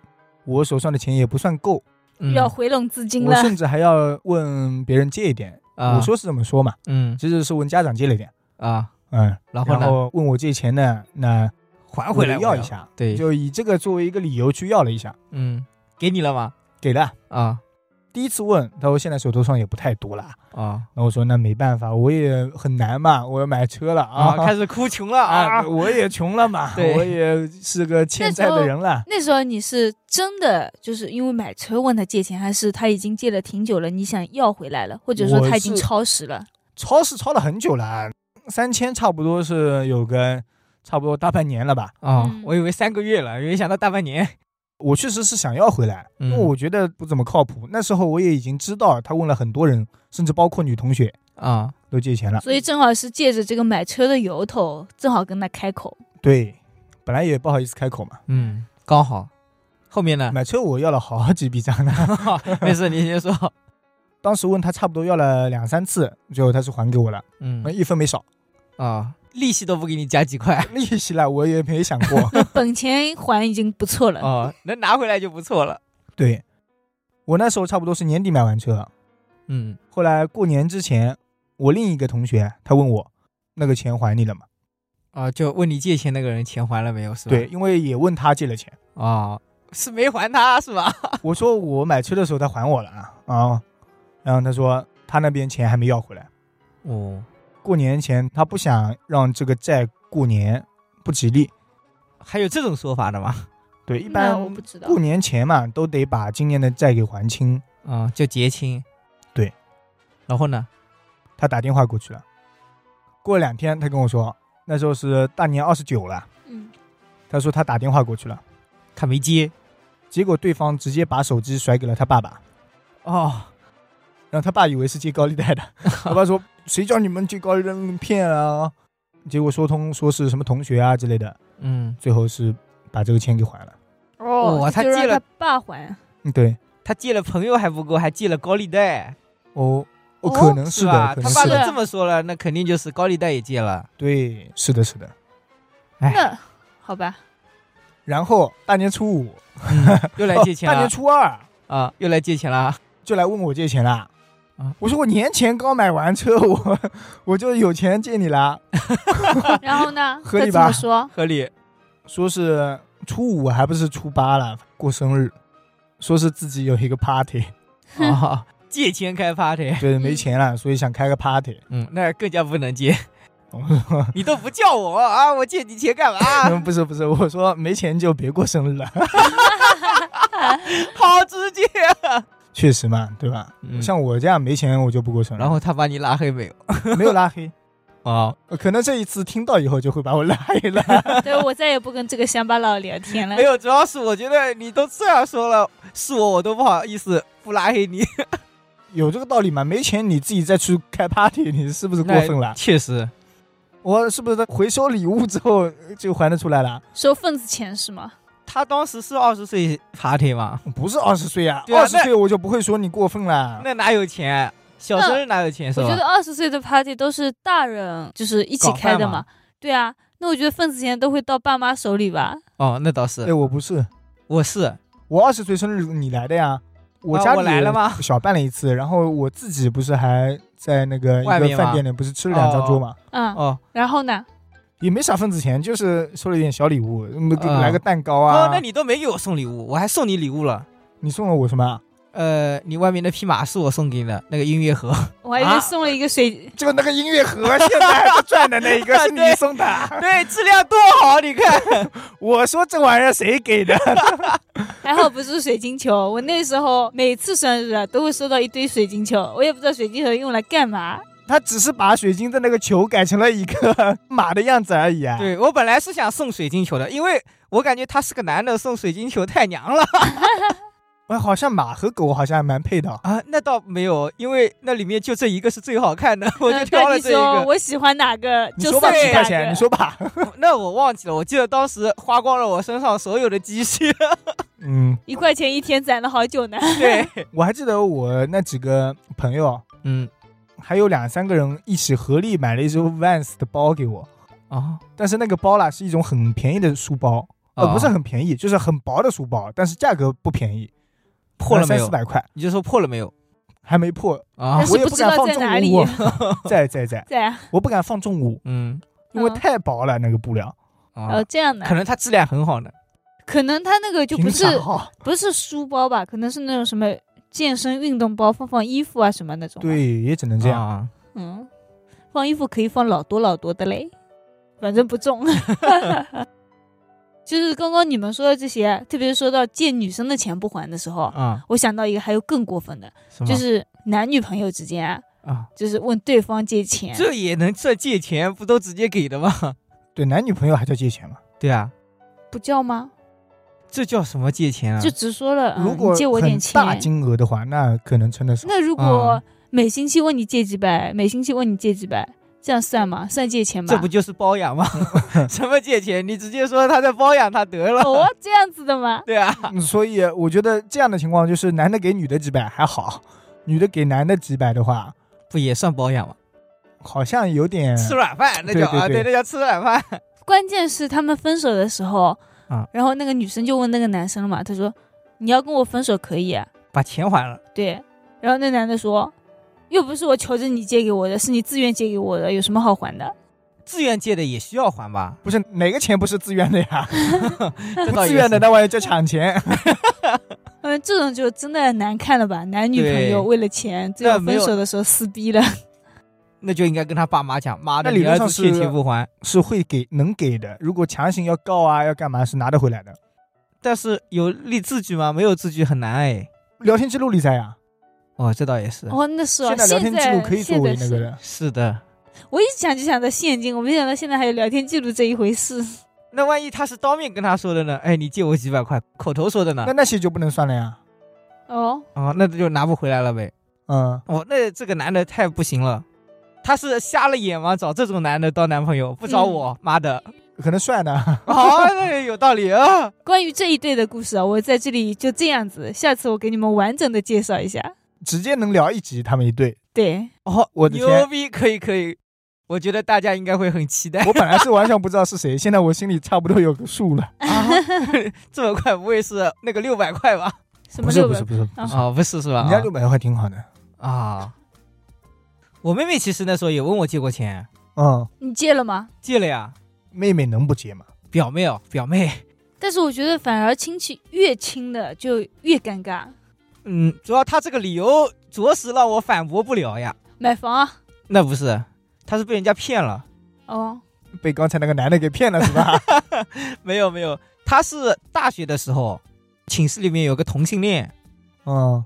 [SPEAKER 1] 我手上的钱也不算够，
[SPEAKER 3] 嗯
[SPEAKER 2] 要回笼资金
[SPEAKER 1] 我
[SPEAKER 2] 了，
[SPEAKER 1] 甚至还要问别人借一点。
[SPEAKER 3] 啊
[SPEAKER 1] 我说是这么说嘛，
[SPEAKER 3] 嗯
[SPEAKER 1] 其实是问家长借了一点，
[SPEAKER 3] 啊，
[SPEAKER 1] 嗯，
[SPEAKER 3] 然后
[SPEAKER 1] 然
[SPEAKER 3] 呢，
[SPEAKER 1] 后问我借钱呢，那
[SPEAKER 3] 还回来
[SPEAKER 1] 我
[SPEAKER 3] 我
[SPEAKER 1] 要一，下，
[SPEAKER 3] 对，
[SPEAKER 1] 就以这个作为一个理由去要了一下，
[SPEAKER 3] 嗯，给你了吗？
[SPEAKER 1] 给了。
[SPEAKER 3] 啊，
[SPEAKER 1] 第一次问，他说现在手头上也不太多了。
[SPEAKER 3] 啊
[SPEAKER 1] 那我说那没办法，我也很难嘛，我要买车了啊，
[SPEAKER 3] 开始哭穷了啊
[SPEAKER 1] 啊，！我也穷了嘛，
[SPEAKER 3] 对
[SPEAKER 1] 我也是个欠债的人了。
[SPEAKER 2] 那时候你是真的就是因为买车问他借钱，还是他已经借了挺久了，你想要回来了，或者说
[SPEAKER 1] 我
[SPEAKER 2] 他已经
[SPEAKER 1] 是
[SPEAKER 2] 超时
[SPEAKER 3] 啊
[SPEAKER 2] 了？
[SPEAKER 1] 超市超了很久了啊，三千差不多是有个差不多大半年了吧。
[SPEAKER 3] 啊
[SPEAKER 2] 嗯，
[SPEAKER 3] 我以为三个月了，没想到大半年。
[SPEAKER 1] 我确实是想要回来，因
[SPEAKER 3] 嗯
[SPEAKER 1] 为我觉得不怎么靠谱。那时候我也已经知道，他问了很多人，甚至包括女同学
[SPEAKER 3] 啊，
[SPEAKER 1] 都借钱了。
[SPEAKER 2] 所以正好是借着这个买车的由头，正好跟他开口。
[SPEAKER 1] 对，本来也不好意思开口嘛。
[SPEAKER 3] 嗯，刚好。后面 呢？
[SPEAKER 1] 买车我要了好几笔账呢，
[SPEAKER 3] 没事，你先说。
[SPEAKER 1] 当时问他差不多要了两三次，最后他是还给我了，
[SPEAKER 3] 嗯
[SPEAKER 1] 一分没少。
[SPEAKER 3] 啊，利息都不给你加几块
[SPEAKER 1] 利息啦，我也没想过。
[SPEAKER 2] 本钱还已经不错了，
[SPEAKER 3] 啊， 能拿回来就不错了。
[SPEAKER 1] 对，我那时候差不多是年底买完车，
[SPEAKER 3] 嗯
[SPEAKER 1] 后来过年之前，我另一个同学他问我，那个钱还你了吗？
[SPEAKER 3] 啊，就问你借钱那个人钱还了没有？是吧？
[SPEAKER 1] 对，因为也问他借了钱，
[SPEAKER 3] 啊，是没还他是吧？
[SPEAKER 1] 我说我买车的时候他还我了啊啊，然后他说他那边钱还没要回来，
[SPEAKER 3] 哦，
[SPEAKER 1] 过年前他不想让这个债过年不吉利。
[SPEAKER 3] 还有这种说法的吗？
[SPEAKER 1] 对，一
[SPEAKER 2] 嗯那
[SPEAKER 1] 般
[SPEAKER 2] 我不知道
[SPEAKER 1] 过年前嘛，都得把今年的债给还清。
[SPEAKER 3] 啊，就结清。
[SPEAKER 1] 对，
[SPEAKER 3] 然后呢？
[SPEAKER 1] 他打电话过去了，过了两天，他跟我说，那时候是大年二十九了，
[SPEAKER 2] 嗯，
[SPEAKER 1] 他说他打电话过去了，
[SPEAKER 3] 他没接。
[SPEAKER 1] 结果对方直接把手机甩给了他爸爸，
[SPEAKER 3] 哦，
[SPEAKER 1] 然后他爸以为是借高利贷 的，他爸说谁叫你们借高利贷骗啊？结果说通说是什么同学啊之类的，
[SPEAKER 3] 嗯，
[SPEAKER 1] 最后是把这个钱给还了。
[SPEAKER 3] 哇他
[SPEAKER 2] 就让
[SPEAKER 3] 借了
[SPEAKER 2] 他爸还，
[SPEAKER 1] 嗯，对，
[SPEAKER 3] 他借了朋友还不够，还借了高利贷，
[SPEAKER 1] 哦，哦，
[SPEAKER 2] 哦
[SPEAKER 1] 可能是的，
[SPEAKER 3] 吧？
[SPEAKER 1] 可
[SPEAKER 3] 他
[SPEAKER 1] 能
[SPEAKER 3] 爸
[SPEAKER 1] 是
[SPEAKER 3] 都
[SPEAKER 1] 的，
[SPEAKER 3] 这么说了，那肯定就是高利贷也 借了。
[SPEAKER 1] 对，是的，是的。
[SPEAKER 3] 哎
[SPEAKER 2] 那好吧，
[SPEAKER 1] 然后大年初五，
[SPEAKER 3] 又来借钱
[SPEAKER 1] 大
[SPEAKER 3] 了
[SPEAKER 1] 年初二
[SPEAKER 3] 啊！又来借钱了。
[SPEAKER 1] 就来问我借钱啦。
[SPEAKER 3] 啊
[SPEAKER 1] 我说我年前刚买完车，我 我就有钱借你啦。
[SPEAKER 2] 然后呢？
[SPEAKER 1] 合
[SPEAKER 2] 他
[SPEAKER 1] 理
[SPEAKER 2] 怎么
[SPEAKER 1] 吧
[SPEAKER 2] 说？
[SPEAKER 3] 合理
[SPEAKER 1] 说是初五还不是初八了，过生日，说是自己有一个 party，
[SPEAKER 3] 啊，借钱开 party，
[SPEAKER 1] 对，没钱了，所以想开个 party。
[SPEAKER 3] 嗯，那更加不能借。
[SPEAKER 1] 我说
[SPEAKER 3] 你都不叫我啊，我借你钱干嘛？
[SPEAKER 1] 不是不是，我说没钱就别过生日了，
[SPEAKER 3] 好直接。
[SPEAKER 1] 确实嘛，对吧？像我这样没钱，我就不过生日。
[SPEAKER 3] 嗯然后他把你拉黑没有？
[SPEAKER 1] 没有拉黑，呃
[SPEAKER 3] 啊，
[SPEAKER 1] 可能这一次听到以后就会把我拉黑了。
[SPEAKER 2] 对我再也不跟这个乡巴佬聊天
[SPEAKER 1] 哎
[SPEAKER 2] 了
[SPEAKER 3] 没。有，主要是我觉得你都这样说了，是我我都不好意思不拉黑你。
[SPEAKER 1] 有这个道理吗？没钱你自己再去开 party，你是不是过分了？
[SPEAKER 3] 确实，
[SPEAKER 1] 我是不是回收礼物之后就还得出来了？
[SPEAKER 2] 收份子钱是吗？
[SPEAKER 3] 他当时是二十岁 party 嘛，
[SPEAKER 1] 不是二十岁啊，
[SPEAKER 3] 对啊
[SPEAKER 1] 二十、
[SPEAKER 3] 那
[SPEAKER 1] 岁我就不会说你过分了。
[SPEAKER 3] 那哪有钱？小生日哪有钱是
[SPEAKER 2] 我觉
[SPEAKER 3] 吧
[SPEAKER 2] 得？二十岁的 party 都是大人就是一起
[SPEAKER 3] 搞
[SPEAKER 2] 开
[SPEAKER 3] 饭
[SPEAKER 2] 的
[SPEAKER 3] 嘛
[SPEAKER 2] 嘛。对啊，那我觉得份子钱都会到爸妈手里吧。
[SPEAKER 3] 哦，那倒
[SPEAKER 1] 哎，
[SPEAKER 3] 是，
[SPEAKER 1] 我不是，
[SPEAKER 3] 我是
[SPEAKER 1] 我二十岁生日你来的呀，我
[SPEAKER 3] 啊
[SPEAKER 1] 家
[SPEAKER 3] 我
[SPEAKER 1] 里
[SPEAKER 3] 来了吗？
[SPEAKER 1] 小办了一次，然后我自己不是还在那个一
[SPEAKER 3] 外面
[SPEAKER 1] 个饭
[SPEAKER 3] 吗
[SPEAKER 1] 店里不是吃了两张桌嘛，
[SPEAKER 2] 嗯，
[SPEAKER 3] 哦
[SPEAKER 2] 然后呢？
[SPEAKER 1] 也没啥份子钱，就是收了一点小礼物，嗯
[SPEAKER 3] 啊
[SPEAKER 1] 来个蛋糕啊。
[SPEAKER 3] 哦，那你都没给我送礼物，我还送你礼物了。
[SPEAKER 1] 你送了我什么啊？
[SPEAKER 3] 呃，你外面那匹马是我送给你的那个音乐盒，
[SPEAKER 2] 我还以
[SPEAKER 3] 啊
[SPEAKER 2] 为送了一个水，
[SPEAKER 1] 就那个音乐盒，啊现在还在转的那一 个是你
[SPEAKER 3] 对
[SPEAKER 1] 送的。
[SPEAKER 3] 对，质量多好，你看。
[SPEAKER 1] 我说这玩意儿谁给的？
[SPEAKER 2] 还好不是水晶球。我那时候每次生日啊都会收到一堆水晶球，我也不知道水晶球用来干嘛。
[SPEAKER 1] 他只是把水晶的那个球改成了一个马的样子而已啊。，
[SPEAKER 3] 对我本来是想送水晶球的，因为我感觉他是个男的，送水晶球太娘了
[SPEAKER 1] 哎，好像马和狗好像还蛮配的。哦
[SPEAKER 3] 啊。那倒没有，因为那里面就这一个是最好看的，我就
[SPEAKER 2] 嗯
[SPEAKER 3] 挑
[SPEAKER 2] 对
[SPEAKER 3] 了
[SPEAKER 2] 你
[SPEAKER 3] 这一
[SPEAKER 2] 说
[SPEAKER 3] 个。
[SPEAKER 2] 我喜欢哪个
[SPEAKER 1] 你
[SPEAKER 2] 就
[SPEAKER 1] 说
[SPEAKER 2] 送
[SPEAKER 1] 吧，
[SPEAKER 2] 你
[SPEAKER 1] 几
[SPEAKER 2] 哪
[SPEAKER 1] 块钱？
[SPEAKER 2] 个
[SPEAKER 1] 你。说吧。
[SPEAKER 3] 那我忘记了，我记得当时花光了我身上所有的积蓄。
[SPEAKER 1] 嗯，
[SPEAKER 2] 一块钱一天攒了好久呢。
[SPEAKER 3] 对，
[SPEAKER 1] 我还记得我那几个朋友，啊
[SPEAKER 3] 嗯
[SPEAKER 1] 还有两三个人一起合力买了一只 Vans 的包给我，
[SPEAKER 3] 啊，
[SPEAKER 1] 但是那个包啦是一种很便宜的书包，
[SPEAKER 3] 哦
[SPEAKER 1] 呃，不是很便宜，就是很薄的书包，但是价格不便宜，
[SPEAKER 3] 破了没
[SPEAKER 1] 三
[SPEAKER 3] 有
[SPEAKER 1] 四？百块，
[SPEAKER 3] 你就说破了没有
[SPEAKER 1] 还没破，
[SPEAKER 3] 啊
[SPEAKER 2] 但？是
[SPEAKER 1] 我也
[SPEAKER 2] 不
[SPEAKER 1] 不
[SPEAKER 2] 知
[SPEAKER 1] 敢
[SPEAKER 2] 道
[SPEAKER 1] 放
[SPEAKER 2] 在哪
[SPEAKER 1] 重
[SPEAKER 2] 里
[SPEAKER 1] 物，啊在在在，
[SPEAKER 2] 对啊，
[SPEAKER 1] 我不敢放重物，
[SPEAKER 3] 嗯
[SPEAKER 1] 因为
[SPEAKER 2] 嗯
[SPEAKER 1] 太薄了那个布料，
[SPEAKER 2] 哦
[SPEAKER 3] 啊，
[SPEAKER 2] 这样的
[SPEAKER 3] 可，能它质量很好呢。
[SPEAKER 2] 可能他那个就不
[SPEAKER 1] 挺
[SPEAKER 2] 是
[SPEAKER 1] 傻哈
[SPEAKER 2] 不是书包吧，可能是那种什么健身运动包，放放衣服啊什么那种。，
[SPEAKER 1] 对，也只能这样。
[SPEAKER 3] 啊
[SPEAKER 2] 嗯，放衣服可以放老多老多的嘞，反正不 重。 就是刚刚你们说的这些，特别是说到借女生的钱不还的时候，
[SPEAKER 3] 啊，
[SPEAKER 2] 我想到一个还有更过分的，
[SPEAKER 3] 什么
[SPEAKER 2] 就是男女朋友之间啊，
[SPEAKER 3] 啊，
[SPEAKER 2] 就是问对方借钱。
[SPEAKER 3] 这也能算借钱？不都直接给的吗？
[SPEAKER 1] 对，男女朋友还叫借钱吗？
[SPEAKER 3] 对啊，
[SPEAKER 2] 不叫吗？
[SPEAKER 3] 这叫什么借钱啊？
[SPEAKER 2] 就直说了，嗯
[SPEAKER 1] 如果
[SPEAKER 2] 你借我点
[SPEAKER 1] 很
[SPEAKER 2] 钱。
[SPEAKER 1] 大嗯金额的话，那可能称得上。
[SPEAKER 2] 那如果
[SPEAKER 3] 啊
[SPEAKER 2] 每星期问你借几百，每星期问你借几百，这样算吗？算借钱吗？
[SPEAKER 3] 这不就是包养吗？ 什么借钱？你直接说他在包养他得了。
[SPEAKER 2] 哦，这样子的吗？
[SPEAKER 3] 对啊，
[SPEAKER 1] 嗯所以我觉得这样的情况就是男的给女的几百还好，女的给男的几百的话，
[SPEAKER 3] 不也算包养吗？
[SPEAKER 1] 好像有点
[SPEAKER 3] 吃软饭那叫啊，
[SPEAKER 1] 对对对
[SPEAKER 3] 对，那叫吃软饭。
[SPEAKER 2] 关键是他们分手的时候，
[SPEAKER 1] 嗯
[SPEAKER 3] 啊
[SPEAKER 2] 然后那个女生就问那个男生了嘛，他说你要跟我分手可以、啊，
[SPEAKER 3] 把钱还了，
[SPEAKER 2] 对，然后那男的说，又不是我求着你借给我的，是你自愿借给我的，有什么好还的？
[SPEAKER 3] 自愿借的也需要还吧？
[SPEAKER 1] 不是哪个钱不是自愿的呀？
[SPEAKER 3] 这
[SPEAKER 1] 不
[SPEAKER 3] 倒也
[SPEAKER 1] 自愿的
[SPEAKER 3] 是
[SPEAKER 1] 那玩意儿叫抢钱。
[SPEAKER 2] 嗯，这种就真的难看了吧？男女朋友
[SPEAKER 3] 对
[SPEAKER 2] 为了钱，最后
[SPEAKER 3] 没
[SPEAKER 2] 分
[SPEAKER 3] 有
[SPEAKER 2] 手的时候撕逼了。
[SPEAKER 3] 那就应该跟他爸妈讲，妈的，
[SPEAKER 1] 那理
[SPEAKER 3] 你
[SPEAKER 1] 论
[SPEAKER 3] 儿
[SPEAKER 1] 上
[SPEAKER 3] 子
[SPEAKER 1] 是
[SPEAKER 3] 欠钱不还。
[SPEAKER 1] 是会给能给的，如果强行要告啊要干嘛是拿得回来的。
[SPEAKER 3] 但是有立字据吗？没有字据很难哎。
[SPEAKER 1] 聊天记录里在呀，
[SPEAKER 3] 哦，这倒也是。
[SPEAKER 2] 哦，那是、啊、
[SPEAKER 1] 现在聊天记录可以作为那
[SPEAKER 2] 现
[SPEAKER 1] 个
[SPEAKER 2] 在是
[SPEAKER 1] 的。
[SPEAKER 3] 是的，
[SPEAKER 2] 我一想就想到现金，我没想到现在还有聊天记录这一回事。
[SPEAKER 3] 那万一他是当面跟他说的呢？哎，你借我几百块，口头说的呢
[SPEAKER 1] 那？那些就不能算了呀。
[SPEAKER 2] 哦，
[SPEAKER 3] 哦，那就拿不回来了呗。
[SPEAKER 1] 嗯，
[SPEAKER 3] 哦，那这个男的太不行了，他是瞎了眼吗？找这种男的当男朋友，不找我，
[SPEAKER 1] 嗯
[SPEAKER 3] 妈的！
[SPEAKER 1] 可能帅呢。
[SPEAKER 3] 哦，那也有道理啊。
[SPEAKER 2] 关于这一对的故事啊，我在这里就这样子，下次我给你们完整的介绍一下。
[SPEAKER 1] 直接能聊一集，他们一对。
[SPEAKER 2] 对，
[SPEAKER 3] 哦，
[SPEAKER 1] 我的
[SPEAKER 3] 牛
[SPEAKER 1] 天，
[SPEAKER 3] 逼，可以可以，我觉得大家应该会很期待
[SPEAKER 1] 我本来是完全不知道是谁，现在我心里差不多有个数 了。
[SPEAKER 3] 啊。这么快不会是那个六百块吧？
[SPEAKER 2] 什
[SPEAKER 1] 不
[SPEAKER 2] 么
[SPEAKER 1] 是
[SPEAKER 2] 六
[SPEAKER 1] 不
[SPEAKER 2] 个
[SPEAKER 1] 是不是，
[SPEAKER 2] 啊
[SPEAKER 3] 啊，不是是吧？
[SPEAKER 1] 人家六百块挺好的。
[SPEAKER 3] 啊，我妹妹其实那时候也问我借过钱，
[SPEAKER 1] 嗯，
[SPEAKER 2] 你借了吗？
[SPEAKER 3] 借了呀。
[SPEAKER 1] 妹妹能不接吗？
[SPEAKER 3] 表妹哦，表妹，
[SPEAKER 2] 但是我觉得反而亲戚越亲的就越尴尬。
[SPEAKER 3] 嗯，主要她这个理由着实让我反驳不了呀。
[SPEAKER 2] 买房啊，
[SPEAKER 3] 那不是，她是被人家骗了。
[SPEAKER 2] 哦，
[SPEAKER 1] 被刚才那个男的给骗了是吧？
[SPEAKER 3] 没有没有，她是大学的时候，寝室里面有个同性恋，
[SPEAKER 1] 嗯，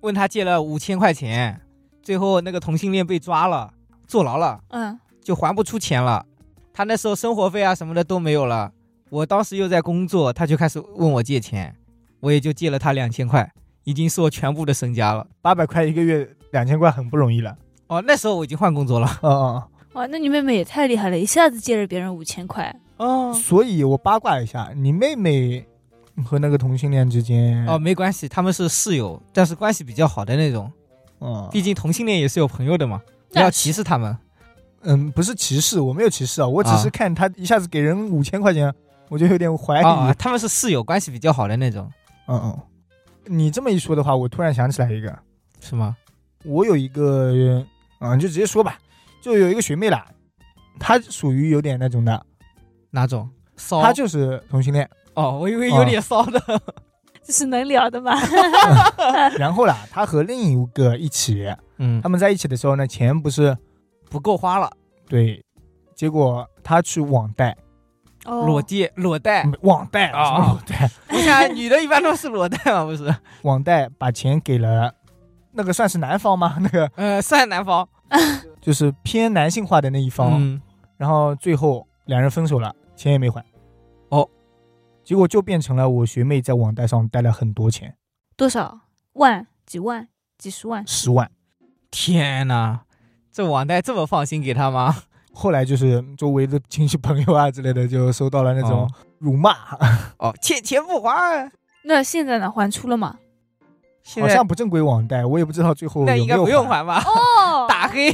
[SPEAKER 3] 问她借了五千块钱，最后那个同性恋被抓了，坐牢了。
[SPEAKER 2] 嗯，
[SPEAKER 3] 就还不出钱了。他那时候生活费啊什么的都没有了，我当时又在工作，他就开始问我借钱，我也就借了他两千块，已经是我全部的身家了。
[SPEAKER 1] 八百块一个月，两千块很不容易了。
[SPEAKER 3] 哦，那时候我已经换工作了。
[SPEAKER 1] 嗯嗯
[SPEAKER 2] 哇，那你妹妹也太厉害了，一下子借了别人五千块。
[SPEAKER 1] 嗯，
[SPEAKER 3] 哦
[SPEAKER 1] 所以我八卦一下，你妹妹和那个同性恋之间，
[SPEAKER 3] 哦，没关系，他们是室友，但是关系比较好的那种，
[SPEAKER 1] 嗯
[SPEAKER 3] 毕竟同性恋也是有朋友的嘛，不
[SPEAKER 2] 那
[SPEAKER 3] 要歧视他们。
[SPEAKER 1] 嗯，不是歧视，我没有歧视啊，我只是
[SPEAKER 3] 啊
[SPEAKER 1] 看他一下子给人五千块钱，我就有点怀疑。
[SPEAKER 3] 啊、他们是室友，关系比较好的那种，
[SPEAKER 1] 嗯嗯，你这么一说的话，我突然想起来一个，
[SPEAKER 3] 是吗？
[SPEAKER 1] 我有一个，嗯，你就直接说吧，就有一个学妹啦，她属于有点那种的，
[SPEAKER 3] 哪种？骚？
[SPEAKER 1] 她就是同性恋。
[SPEAKER 3] 哦，我以为有点骚的。
[SPEAKER 2] 这是能聊的吗？
[SPEAKER 1] 然后 啦，她和另一个一起，
[SPEAKER 3] 嗯
[SPEAKER 1] 他，们在一起的时候呢，钱不是
[SPEAKER 3] 不够花了，
[SPEAKER 1] 对，结果她去网贷，
[SPEAKER 2] 哦
[SPEAKER 3] 裸借裸贷。
[SPEAKER 1] 嗯网贷
[SPEAKER 3] 啊
[SPEAKER 1] 什么网贷，
[SPEAKER 3] 我想女的一般都是裸贷嘛，不是？
[SPEAKER 1] 网贷把钱给了那个算是男方吗？ 那个
[SPEAKER 3] 呃，算南方。
[SPEAKER 1] 就是偏男性化的那一方，
[SPEAKER 3] 嗯，
[SPEAKER 1] 然后最后两人分手了，钱也没还。
[SPEAKER 3] 哦，
[SPEAKER 1] 结果就变成了我学妹在网贷上贷了很多钱，
[SPEAKER 2] 多少万、几万、几十万？
[SPEAKER 1] 十万。
[SPEAKER 3] 天哪，这网贷这么放心给他吗？
[SPEAKER 1] 后来就是周围的亲戚朋友啊之类的，就收到了那种辱骂，
[SPEAKER 3] 哦，哦欠钱不还，
[SPEAKER 2] 那现在呢？还出了吗？
[SPEAKER 3] 现
[SPEAKER 1] 好
[SPEAKER 3] 在
[SPEAKER 1] 像不正规网贷，我也不知道最后有
[SPEAKER 3] 那
[SPEAKER 1] 没有
[SPEAKER 3] 应该不用还 吧？
[SPEAKER 2] 哦
[SPEAKER 3] 打黑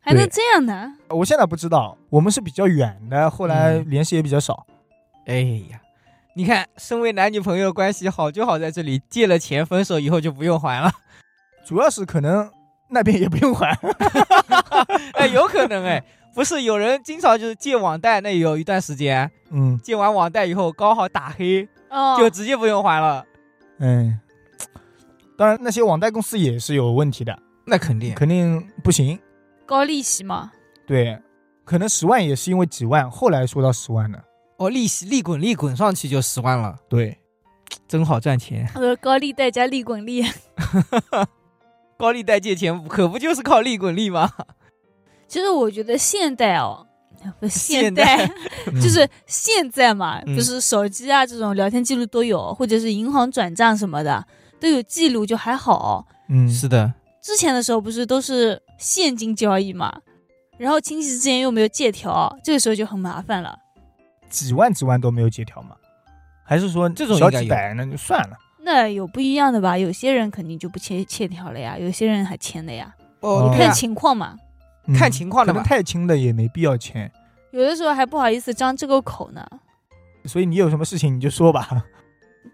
[SPEAKER 2] 还能
[SPEAKER 1] 对
[SPEAKER 2] 这样呢？
[SPEAKER 1] 我现在不知道，我们是比较远的，后来
[SPEAKER 3] 嗯
[SPEAKER 1] 联系也比较少。
[SPEAKER 3] 哎呀，你看，身为男女朋友关系好就好在这里，借了钱分手以后就不用还了。
[SPEAKER 1] 主要是可能那边也不用还，
[SPEAKER 3] 哎，有可能哎，不是有人经常就是借网贷，那有一段时间
[SPEAKER 1] 嗯
[SPEAKER 3] 借完网贷以后刚好打黑，
[SPEAKER 2] 哦，
[SPEAKER 3] 就直接不用还了。
[SPEAKER 1] 嗯，哎当然，那些网贷公司也是有问题的，
[SPEAKER 3] 那肯定。
[SPEAKER 1] 肯定不行。
[SPEAKER 2] 高利息嘛，
[SPEAKER 1] 对，可能十万也是因为几万，后来说到十万的。
[SPEAKER 3] 哦，利息利滚利滚上去就十万了，
[SPEAKER 1] 对，
[SPEAKER 3] 真好赚钱。
[SPEAKER 2] 我说呃高利贷加利滚利，
[SPEAKER 3] 高利贷借钱可不就是靠利滚利吗？
[SPEAKER 2] 其实我觉得现代哦，不是现
[SPEAKER 3] 现代
[SPEAKER 2] 代
[SPEAKER 1] 嗯
[SPEAKER 2] 就是现在嘛，
[SPEAKER 3] 嗯
[SPEAKER 2] 不是手机啊这种聊天记录都有，或者是银行转账什么的都有记录，就还好。
[SPEAKER 1] 嗯，
[SPEAKER 3] 是的，
[SPEAKER 2] 之前的时候不是都是现金交易嘛，然后亲戚之间又没有借条，这个时候就很麻烦了。
[SPEAKER 1] 几万几万都没有借条吗？还是说
[SPEAKER 3] 这种
[SPEAKER 1] 小
[SPEAKER 3] 应该
[SPEAKER 1] 几
[SPEAKER 3] 有
[SPEAKER 1] 百那就算了？
[SPEAKER 2] 那有不一样的吧？有些人肯定就不欠欠条了呀，有些人还签的呀，
[SPEAKER 1] 哦
[SPEAKER 3] 对
[SPEAKER 2] 看
[SPEAKER 3] 啊
[SPEAKER 2] 情况嘛。
[SPEAKER 1] 嗯
[SPEAKER 3] 看情况的
[SPEAKER 1] 可能
[SPEAKER 3] 吧
[SPEAKER 1] 太轻的也没必要签。
[SPEAKER 2] 有的时候还不好意思张这个口呢。
[SPEAKER 1] 所以你有什么事情你就说吧。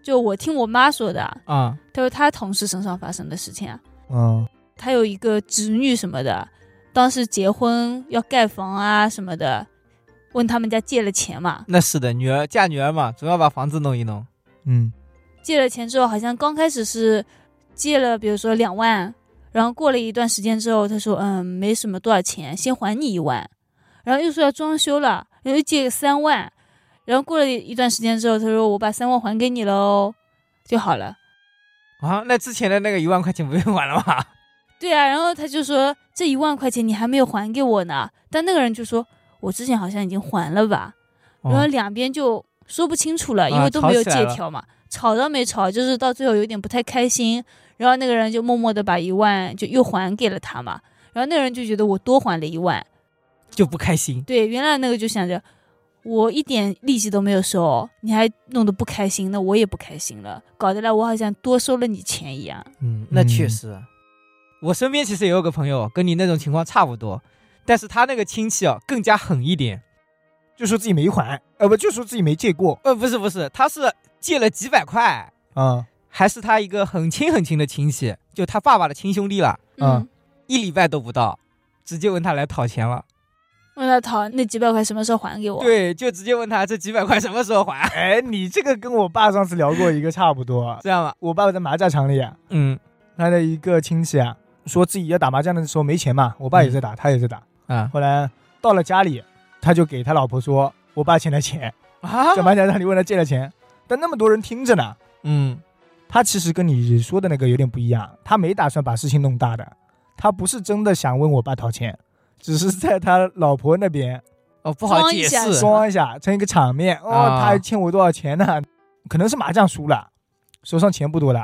[SPEAKER 2] 就我听我妈说的，
[SPEAKER 3] 啊，
[SPEAKER 2] 她说她同事身上发生的事情啊，
[SPEAKER 1] 嗯，
[SPEAKER 2] 她有一个侄女什么的，当时结婚要盖房啊什么的，问他们家借了钱嘛，
[SPEAKER 3] 那是的，女儿嫁女儿嘛，总要把房子弄一弄。
[SPEAKER 1] 嗯，
[SPEAKER 2] 借了钱之后好像刚开始是借了，比如说两万，然后过了一段时间之后，她说嗯没什么多少钱，先还你一万，然后又说要装修了，然后又借个三万，然后过了一段时间之后，她说我把三万还给你喽，就好了。
[SPEAKER 3] 啊，那之前的那个一万块钱不用还了吗？
[SPEAKER 2] 对啊，然后他就说这一万块钱你还没有还给我呢，但那个人就说我之前好像已经还了吧，然后
[SPEAKER 3] 哦
[SPEAKER 2] 两边就说不清楚了，因
[SPEAKER 3] 啊
[SPEAKER 2] 为都没有
[SPEAKER 3] 吵起来
[SPEAKER 2] 借
[SPEAKER 3] 了
[SPEAKER 2] 条嘛，吵到没吵，就是到最后有点不太开心，然后那个人就默默的把一万就又还给了他嘛，然后那个人就觉得我多还了一万，
[SPEAKER 3] 就不开心。
[SPEAKER 2] 对，原来那个就想着我一点利息都没有收，你还弄得不开心，那我也不开心了，搞得来我好像多收了你钱一样，
[SPEAKER 3] 嗯，那确
[SPEAKER 1] 嗯
[SPEAKER 3] 实，我身边其实也有个朋友跟你那种情况差不多，但是他那个亲戚啊更加狠一点。
[SPEAKER 1] 就说自己没还，呃，不，就说自己没借过
[SPEAKER 3] 呃，不是不是，他是借了几百块，
[SPEAKER 1] 啊、
[SPEAKER 3] 还是他一个很亲很亲的亲戚，就他爸爸的亲兄弟了，
[SPEAKER 1] 啊
[SPEAKER 2] 嗯
[SPEAKER 3] 一礼拜都不到，直接问他来讨钱了。
[SPEAKER 2] 问他讨那几百块什么时候还给我？
[SPEAKER 3] 对，就直接问他这几百块什么时候还，
[SPEAKER 1] 哎，你这个跟我爸上次聊过一个差不
[SPEAKER 3] 。
[SPEAKER 1] 多
[SPEAKER 3] 这样吧，
[SPEAKER 1] 我爸爸在麻将场里啊，
[SPEAKER 3] 嗯
[SPEAKER 1] 他的一个亲戚啊，说自己要打麻将的时候没钱嘛，我爸也在打，他也在打。
[SPEAKER 3] 啊
[SPEAKER 1] 后来到了家里，他就给他老婆说，我爸欠他钱，
[SPEAKER 3] 啊
[SPEAKER 1] 在麻将场里问他借了钱，但那么多人听着呢。
[SPEAKER 3] 嗯，
[SPEAKER 1] 他其实跟你说的那个有点不一样，他没打算把事情弄大的，他不是真的想问我爸讨钱，只是在他老婆那边
[SPEAKER 3] 哦，不好
[SPEAKER 2] 装一
[SPEAKER 3] 解
[SPEAKER 2] 下
[SPEAKER 3] 释，
[SPEAKER 1] 装一下，撑一个场面。哦，
[SPEAKER 3] 啊
[SPEAKER 1] 他还欠我多少钱呢？可能是麻将输了，手上钱不多了。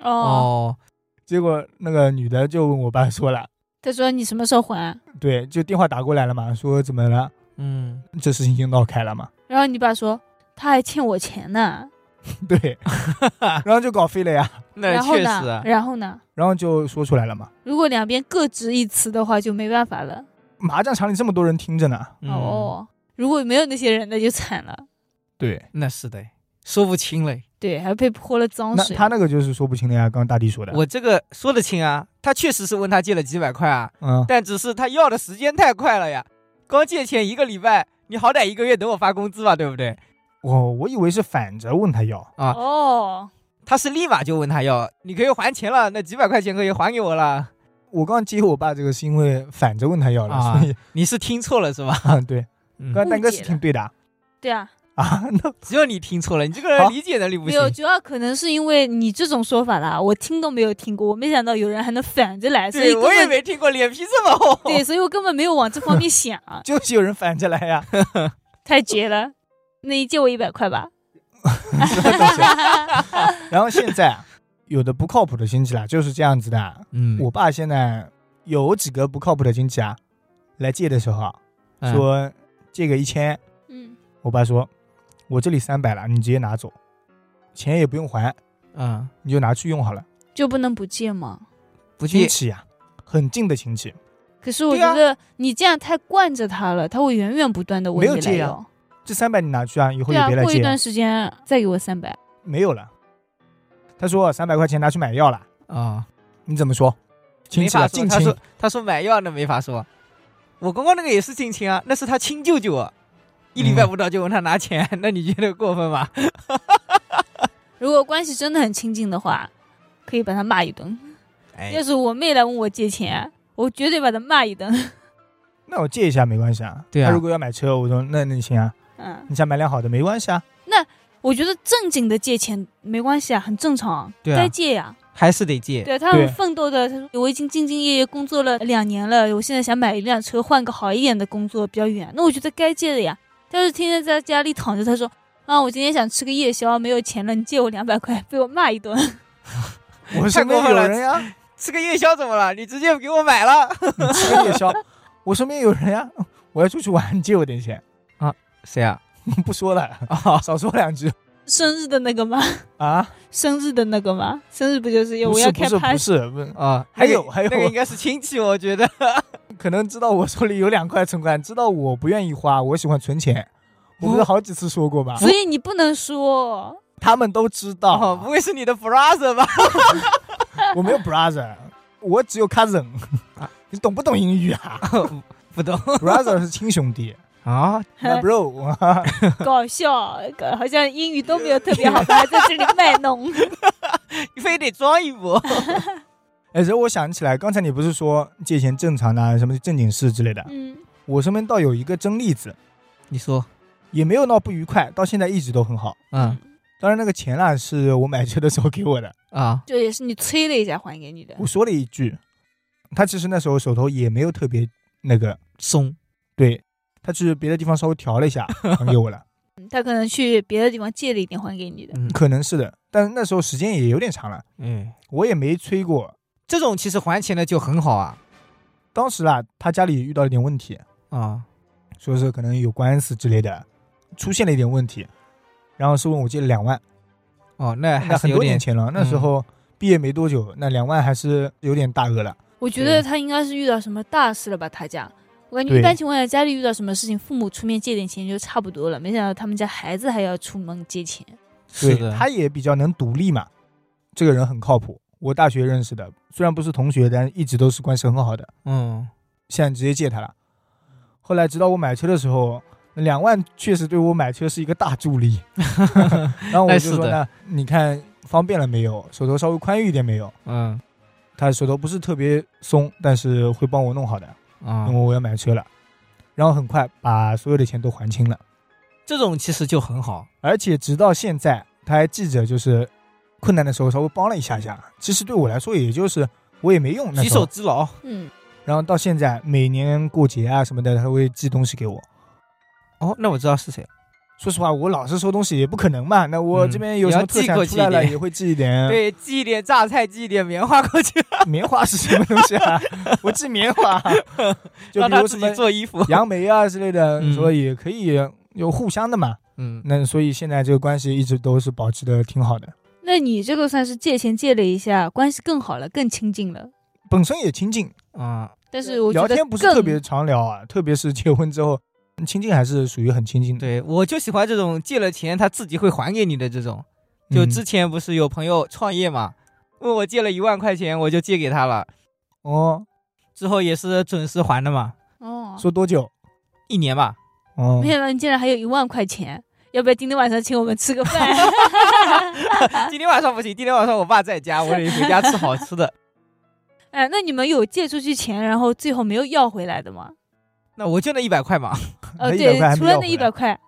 [SPEAKER 2] 哦，
[SPEAKER 3] 哦，
[SPEAKER 1] 结果那个女的就问我爸说了，
[SPEAKER 2] 他说你什么时候还？
[SPEAKER 1] 对，就电话打过来了嘛，说怎么了？
[SPEAKER 3] 嗯，
[SPEAKER 1] 这事情就闹开了嘛，
[SPEAKER 2] 然后你爸说他还欠我钱呢。
[SPEAKER 1] 对，然后就搞废了呀，
[SPEAKER 3] 那
[SPEAKER 2] 然后
[SPEAKER 3] 确
[SPEAKER 2] 呢？
[SPEAKER 3] 实，啊
[SPEAKER 2] 然后呢？
[SPEAKER 1] 然后就说出来了嘛。
[SPEAKER 2] 如果两边各执一词的话，就没办法了。
[SPEAKER 1] 麻将场里这么多人听着呢，
[SPEAKER 3] 嗯，
[SPEAKER 2] 哦，如果没有那些人，那就惨了。
[SPEAKER 1] 对，
[SPEAKER 3] 那是的，说不清嘞。
[SPEAKER 2] 对，还被泼了脏
[SPEAKER 1] 那
[SPEAKER 2] 水。
[SPEAKER 1] 他那个就是说不清的呀，刚刚大弟说的，
[SPEAKER 3] 我这个说得清啊，他确实是问他借了几百块啊，
[SPEAKER 1] 嗯，
[SPEAKER 3] 但只是他要的时间太快了呀，刚借钱一个礼拜，你好歹一个月等我发工资吧，对不对？
[SPEAKER 1] 我我以为是反着问他要，
[SPEAKER 3] 啊
[SPEAKER 2] 哦，
[SPEAKER 3] 他是立马就问他要，你可以还钱了，那几百块钱可以还给我了。
[SPEAKER 1] 我刚接我爸这个是因为反着问他要了，
[SPEAKER 3] 啊
[SPEAKER 1] 所以
[SPEAKER 3] 你是听错了是 吧？
[SPEAKER 1] 啊，对，
[SPEAKER 3] 嗯
[SPEAKER 1] 刚，刚蛋哥
[SPEAKER 2] 误解
[SPEAKER 1] 是
[SPEAKER 2] 了
[SPEAKER 1] 挺对的啊
[SPEAKER 2] 对啊，
[SPEAKER 1] 啊，那
[SPEAKER 3] 只有你听错了，你这个
[SPEAKER 1] 好
[SPEAKER 3] 人理解能力不
[SPEAKER 2] 没有，
[SPEAKER 3] 行。
[SPEAKER 2] 主要可能是因为你这种说法啦，我听都没有听过，我没想到有人还能反着来，所以
[SPEAKER 3] 对，
[SPEAKER 2] 根
[SPEAKER 3] 我也
[SPEAKER 2] 本
[SPEAKER 3] 没听过，脸皮这么厚。
[SPEAKER 2] 对，所以我根本没有往这方面 想，
[SPEAKER 1] 就是有人反着来 呀，
[SPEAKER 2] 太绝了。那你借我一百块吧。
[SPEAKER 1] 什么东西 然后现在啊有的不靠谱的亲戚啦，就是这样子的啊。
[SPEAKER 3] 嗯
[SPEAKER 1] 我爸现在有几个不靠谱的亲戚啊，来借的时候啊，
[SPEAKER 3] 哎
[SPEAKER 1] 说借个一千，
[SPEAKER 2] 嗯，
[SPEAKER 1] 我爸说，我这里三百了，你直接拿走，钱也不用还，
[SPEAKER 3] 嗯，
[SPEAKER 1] 你就拿去用好了。
[SPEAKER 2] 就不能不借吗？
[SPEAKER 3] 不
[SPEAKER 1] 亲
[SPEAKER 3] 借，
[SPEAKER 1] 戚呀、很近的亲戚，
[SPEAKER 2] 可是我
[SPEAKER 3] 对啊
[SPEAKER 2] 觉得你这样太惯着他了，他会源源不断的问
[SPEAKER 1] 没有
[SPEAKER 2] 你来
[SPEAKER 1] 借啊
[SPEAKER 2] 要。
[SPEAKER 1] 这三百你拿去啊，以后
[SPEAKER 2] 对
[SPEAKER 1] 也
[SPEAKER 2] 啊
[SPEAKER 1] 别，来
[SPEAKER 2] 过一
[SPEAKER 1] 借啊，
[SPEAKER 2] 段时间再给我三百，
[SPEAKER 1] 没有了。他说三百块钱拿去买药了，
[SPEAKER 3] 啊，
[SPEAKER 1] 你怎么说？亲
[SPEAKER 3] 没
[SPEAKER 1] 戚
[SPEAKER 3] 法
[SPEAKER 1] 啊，
[SPEAKER 3] 说。
[SPEAKER 1] 近
[SPEAKER 3] 他
[SPEAKER 1] 亲
[SPEAKER 3] 说，他说买药那没法说，我刚刚那个也是近亲啊，那是他亲舅舅啊，一礼拜不到就问他拿钱， 那你觉得过分吗？
[SPEAKER 2] 如果关系真的很亲近的话，可以把他骂一顿。
[SPEAKER 3] 哎
[SPEAKER 2] 要，是我妹来问我借钱，我绝对把她骂一顿。
[SPEAKER 1] 那我借一下没关系啊。
[SPEAKER 3] 对啊
[SPEAKER 1] 他如果要买车，我说那那你行啊，
[SPEAKER 2] 嗯，
[SPEAKER 1] 你想买辆好的没关系啊。
[SPEAKER 2] 我觉得正经的借钱没关系啊，很正常，
[SPEAKER 3] 对啊
[SPEAKER 2] 该借呀、
[SPEAKER 3] 还是得借。
[SPEAKER 2] 对啊，他很
[SPEAKER 1] 对
[SPEAKER 2] 奋斗的，他说我已经兢兢业业工作了两年了，我现在想买一辆车，换个好一点的工作比较远，那我觉得该借的呀。但是天天在家里躺着，他说啊，我今天想吃个夜宵，没有钱了，你借我两百块，被我骂一顿。
[SPEAKER 1] 我身边有人呀、
[SPEAKER 3] 吃个夜宵怎么了？你直接给我买了
[SPEAKER 1] 你吃个夜宵，我身边有人呀、我要出去玩，你借我点钱。
[SPEAKER 3] 谁啊？
[SPEAKER 1] 不说了，
[SPEAKER 2] 啊
[SPEAKER 3] 哦，
[SPEAKER 1] 少说两句
[SPEAKER 2] 生日的那个吗？
[SPEAKER 1] 啊。
[SPEAKER 2] 生日的那个吗？生日不就是
[SPEAKER 1] 不
[SPEAKER 2] 哎我
[SPEAKER 1] 是
[SPEAKER 2] 要
[SPEAKER 1] 不
[SPEAKER 2] 开
[SPEAKER 1] 是不
[SPEAKER 2] party？
[SPEAKER 1] 是，不是
[SPEAKER 3] 哦，
[SPEAKER 1] 还
[SPEAKER 3] 那个
[SPEAKER 1] 有还有
[SPEAKER 3] 那个应该是亲戚，我觉得。
[SPEAKER 1] 可能知道我手里有两块存款，知道我不愿意花，我喜欢存钱。我不
[SPEAKER 2] 哦
[SPEAKER 1] 是好几次说过吗？
[SPEAKER 2] 所以你不能说，
[SPEAKER 1] 他们都知
[SPEAKER 3] 哦，
[SPEAKER 1] 道
[SPEAKER 3] 不，会是你的 brother 吧？
[SPEAKER 1] 我 没有 brother，我只有 cousin
[SPEAKER 3] 啊。
[SPEAKER 1] 你懂不懂英语啊
[SPEAKER 3] 不懂
[SPEAKER 1] ？brother 是亲兄 弟，
[SPEAKER 3] 啊，
[SPEAKER 1] 那 bro 啊
[SPEAKER 2] 搞笑，搞好像英语都没有特别好吧，在这里卖弄。
[SPEAKER 3] 你非得装一波。
[SPEAKER 1] 哎，然后我想起来，刚才你不是说借钱正常的啊，什么正经事之类的？
[SPEAKER 2] 嗯，
[SPEAKER 1] 我身边倒有一个真例子，
[SPEAKER 3] 你说，
[SPEAKER 1] 也没有闹不愉快，到现在一直都很好。
[SPEAKER 3] 嗯
[SPEAKER 1] 当然，那个钱啦是我买车的时候给 我的，
[SPEAKER 3] 啊，
[SPEAKER 2] 就也是你催了一下还给你的。
[SPEAKER 1] 我说了一句，他其实那时候手头也没有特别那个，
[SPEAKER 3] 松
[SPEAKER 1] 对他去别的地方稍微调了 一下还给我了，
[SPEAKER 2] 嗯他可能去别的地方借了一点还给你的。
[SPEAKER 3] 嗯
[SPEAKER 1] 可能是的，但是那时候时间也有点长了，
[SPEAKER 3] 嗯，
[SPEAKER 1] 我也没催过。
[SPEAKER 3] 这种其实还钱的就很好啊
[SPEAKER 1] 当时啦，他家里遇到了点问题，
[SPEAKER 3] 啊，
[SPEAKER 1] 说是可能有官司之类的，出现了一点问题，然后是问我借了两万，
[SPEAKER 3] 哦，那还
[SPEAKER 1] 那
[SPEAKER 3] 是
[SPEAKER 1] 很
[SPEAKER 3] 有
[SPEAKER 1] 多年
[SPEAKER 3] 点嗯
[SPEAKER 1] 前了，那时候毕业没多久，那两万还是有点大额了。
[SPEAKER 2] 我觉得他应该是遇到什么大事了吧？他家，我感觉
[SPEAKER 1] 对
[SPEAKER 2] 一般情况下家里遇到什么事情，父母出面借点钱就差不多了。没想到他们家孩子还要出门借钱，
[SPEAKER 1] 对
[SPEAKER 3] 是，的，
[SPEAKER 1] 他也比较能独立嘛。这个人很靠谱，我大学认识的，虽然不是同学，但一直都是关系很好的。
[SPEAKER 3] 嗯，
[SPEAKER 1] 现在直接借他了。后来直到我买车的时候，那两万确实对我买车是一个大助 力。然后我
[SPEAKER 3] 那
[SPEAKER 1] 就是说
[SPEAKER 3] 的
[SPEAKER 1] 那你看方便了没有？手头稍微宽裕一点没有？
[SPEAKER 3] 嗯
[SPEAKER 1] 他手头不是特别松，但是会帮我弄好的，
[SPEAKER 3] 啊
[SPEAKER 1] 因为我要买车了。然后很快把所有的钱都还清了，
[SPEAKER 3] 这种其实就很好，
[SPEAKER 1] 而且直到现在他还记着，就是困难的时候稍微帮了一下下。其实对我来说，也就是我也没用那
[SPEAKER 3] 举
[SPEAKER 1] 时候
[SPEAKER 3] 手之劳。
[SPEAKER 2] 嗯，
[SPEAKER 1] 然后到现在每年过节啊什么的，他会寄东西给我。
[SPEAKER 3] 哦，那我知道是谁了。
[SPEAKER 1] 说实话，我老是收东西也不可能嘛。那我
[SPEAKER 3] 嗯
[SPEAKER 1] 这边有什么特
[SPEAKER 3] 也要寄
[SPEAKER 1] 产
[SPEAKER 3] 过
[SPEAKER 1] 出
[SPEAKER 3] 去
[SPEAKER 1] 来了，
[SPEAKER 3] 一点
[SPEAKER 1] 也会寄一点。，
[SPEAKER 3] 对，寄一点榨菜，寄一点棉花过去，
[SPEAKER 1] 棉花是什么东西啊？ 我寄棉 花，就
[SPEAKER 3] 让
[SPEAKER 1] 比
[SPEAKER 3] 他
[SPEAKER 1] 如什
[SPEAKER 3] 自
[SPEAKER 1] 么
[SPEAKER 3] 己做衣服。
[SPEAKER 1] 杨梅啊之类的，
[SPEAKER 3] 嗯
[SPEAKER 1] 所以也可以有互相的嘛。
[SPEAKER 3] 嗯，
[SPEAKER 1] 那所以现在这个关系一直都是保持的挺好的，
[SPEAKER 2] 那你这个算是借钱借了一下，关系更好了，更亲近了。
[SPEAKER 1] 本身也亲近，
[SPEAKER 3] 啊，
[SPEAKER 2] 但是我觉
[SPEAKER 1] 聊
[SPEAKER 2] 得
[SPEAKER 1] 天
[SPEAKER 2] 更
[SPEAKER 1] 不是特别常聊啊，特别是结婚之后，亲近还是属于很亲近的。
[SPEAKER 3] 对，我就喜欢这种借了钱他自己会还给你的这种。就
[SPEAKER 1] 嗯
[SPEAKER 3] 之前不是有朋友创业嘛，问我借了一万块钱，我就借给他了，
[SPEAKER 1] 哦，
[SPEAKER 3] 之后也是准时还的嘛，
[SPEAKER 2] 哦。
[SPEAKER 1] 说多久？
[SPEAKER 3] 一年吧。
[SPEAKER 1] 哦
[SPEAKER 2] 没，想到你竟然还有一万块钱，要不要今天晚上请我们吃个饭？
[SPEAKER 3] 今天晚上不行，今天晚上我爸在家，我得回家吃好吃的。
[SPEAKER 2] 哎，那你们有借出去钱，然后最后没有要回来的 吗？
[SPEAKER 3] 那我就那一百块嘛，
[SPEAKER 1] 那
[SPEAKER 2] 哦，对
[SPEAKER 1] 100块还，没
[SPEAKER 2] 除了
[SPEAKER 1] 要
[SPEAKER 2] 那
[SPEAKER 1] 回
[SPEAKER 2] 一百
[SPEAKER 1] 来
[SPEAKER 2] 块，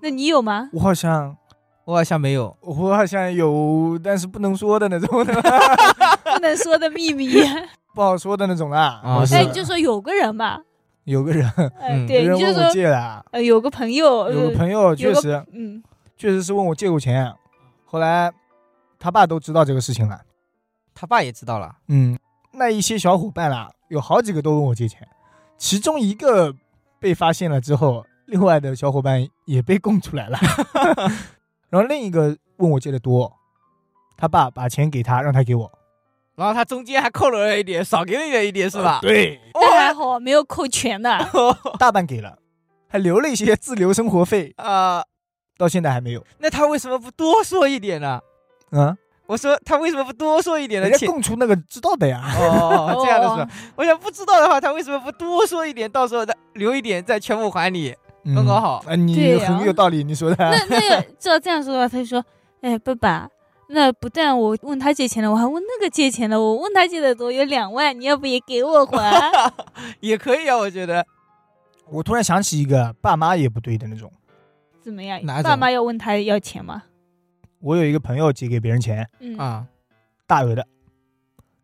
[SPEAKER 2] 那你有吗？
[SPEAKER 1] 我好像
[SPEAKER 3] 我好像没有。
[SPEAKER 1] 我好像有，但是不能说的那种的，
[SPEAKER 2] 不能说的秘密。
[SPEAKER 1] 不好说的那种啦。
[SPEAKER 3] 啊
[SPEAKER 1] 我
[SPEAKER 3] 是
[SPEAKER 2] 哎，
[SPEAKER 3] 的
[SPEAKER 2] 你就说有个人吧，
[SPEAKER 1] 有个人，
[SPEAKER 2] 哎，
[SPEAKER 3] 嗯
[SPEAKER 1] 有
[SPEAKER 2] 对，
[SPEAKER 1] 人
[SPEAKER 2] 你就
[SPEAKER 1] 问我
[SPEAKER 2] 说
[SPEAKER 1] 借了，
[SPEAKER 2] 呃有个朋友，
[SPEAKER 1] 有个
[SPEAKER 2] 友，
[SPEAKER 1] 朋友确
[SPEAKER 2] 有个
[SPEAKER 1] 实
[SPEAKER 2] 嗯，
[SPEAKER 1] 确实是问我借过钱，后来他爸都知道这个事情了，
[SPEAKER 3] 他爸也知道了，
[SPEAKER 1] 嗯，那一些小伙伴啦，有好几个都问我借钱，其中一个被发现了之后，另外的小伙伴也被供出 来了，然后另一个问我借的多，他爸把钱给他，让他给我，
[SPEAKER 3] 然后他中间还扣了我一点，少给了你一点，是吧？
[SPEAKER 1] 对，
[SPEAKER 2] 那还
[SPEAKER 3] 哎
[SPEAKER 2] 好没有扣全的。
[SPEAKER 1] 啊 大半给了，还留了一些自留生活费，
[SPEAKER 3] 啊、
[SPEAKER 1] 到现在还没有，
[SPEAKER 3] 那他为什么不多说一点呢？
[SPEAKER 1] 嗯，
[SPEAKER 3] 我说他为什么不多说一点呢
[SPEAKER 1] 人？家
[SPEAKER 3] 钱
[SPEAKER 1] 供出那个知道的呀，
[SPEAKER 3] 哦，这样的是吧
[SPEAKER 2] 哦？
[SPEAKER 3] 我想不知道的话，他为什么不多说一点？到时候他留一点再全部还你。
[SPEAKER 1] 嗯
[SPEAKER 3] 刚刚好
[SPEAKER 1] 啊，你
[SPEAKER 2] 对呀
[SPEAKER 1] 很有道理，你说的。
[SPEAKER 2] 那那个照这样说的话，他就说，哎，爸爸，那不但我问他借钱了，我还问那个借钱了。我问他借的多，有两万，你要不也给我还？
[SPEAKER 3] 也可以啊，我觉得。
[SPEAKER 1] 我突然想起一个爸妈也不对的那种。
[SPEAKER 2] 怎么样
[SPEAKER 3] 哪？种
[SPEAKER 2] 爸妈要问他要钱吗？
[SPEAKER 1] 我有一个朋友借给别人钱，
[SPEAKER 2] 嗯，
[SPEAKER 3] 啊，
[SPEAKER 1] 大额的，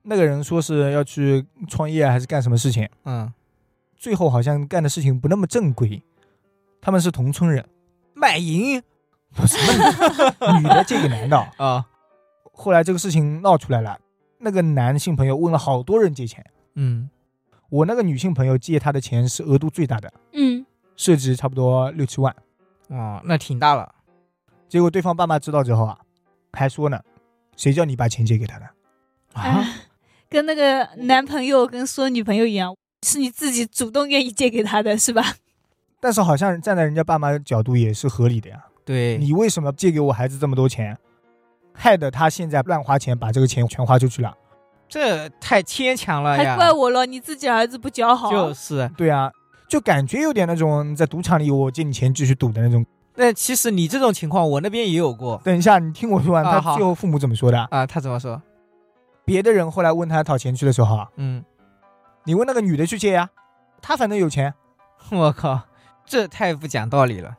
[SPEAKER 1] 那个人说是要去创业还是干什么事情，
[SPEAKER 3] 嗯，
[SPEAKER 1] 最后好像干的事情不那么正规。他们是同村人，
[SPEAKER 3] 卖淫
[SPEAKER 1] 不是那女的借给男的。
[SPEAKER 3] 啊，
[SPEAKER 1] 后来这个事情闹出来了，那个男性朋友问了好多人借钱，
[SPEAKER 3] 嗯，
[SPEAKER 1] 我那个女性朋友借他的钱是额度最大的，
[SPEAKER 2] 嗯，
[SPEAKER 1] 涉及差不多六七万。
[SPEAKER 3] 哦，那挺大了。
[SPEAKER 1] 结果对方爸妈知道之后啊，还说呢，谁叫你把钱借给他的？
[SPEAKER 3] 啊，
[SPEAKER 2] 哎 跟那个男朋友跟说女朋友一样，是你自己主动愿意借给他的是吧？
[SPEAKER 1] 但是好像站在人家爸妈的角度也是合理的呀。
[SPEAKER 3] 对，
[SPEAKER 1] 你为什么借给我孩子这么多钱，害得他现在乱花钱，把这个钱全花出去了？
[SPEAKER 3] 这太牵强了哎呀
[SPEAKER 2] 还，怪我了，你自己儿子不教好。
[SPEAKER 3] 就是。
[SPEAKER 1] 对啊，就感觉有点那种在赌场里我借你钱继续赌的那种。
[SPEAKER 3] 那其实你这种情况，我那边也有过
[SPEAKER 1] 等一下，你听我说完，
[SPEAKER 3] 啊
[SPEAKER 1] 他
[SPEAKER 3] 好
[SPEAKER 1] 最后父母怎么说的？
[SPEAKER 3] 啊。他怎么说？
[SPEAKER 1] 别的人后来问他讨钱去的时候啊，
[SPEAKER 3] 嗯，
[SPEAKER 1] 你问那个女的去借呀、她反正有钱。
[SPEAKER 3] 我靠，这太不讲道理了。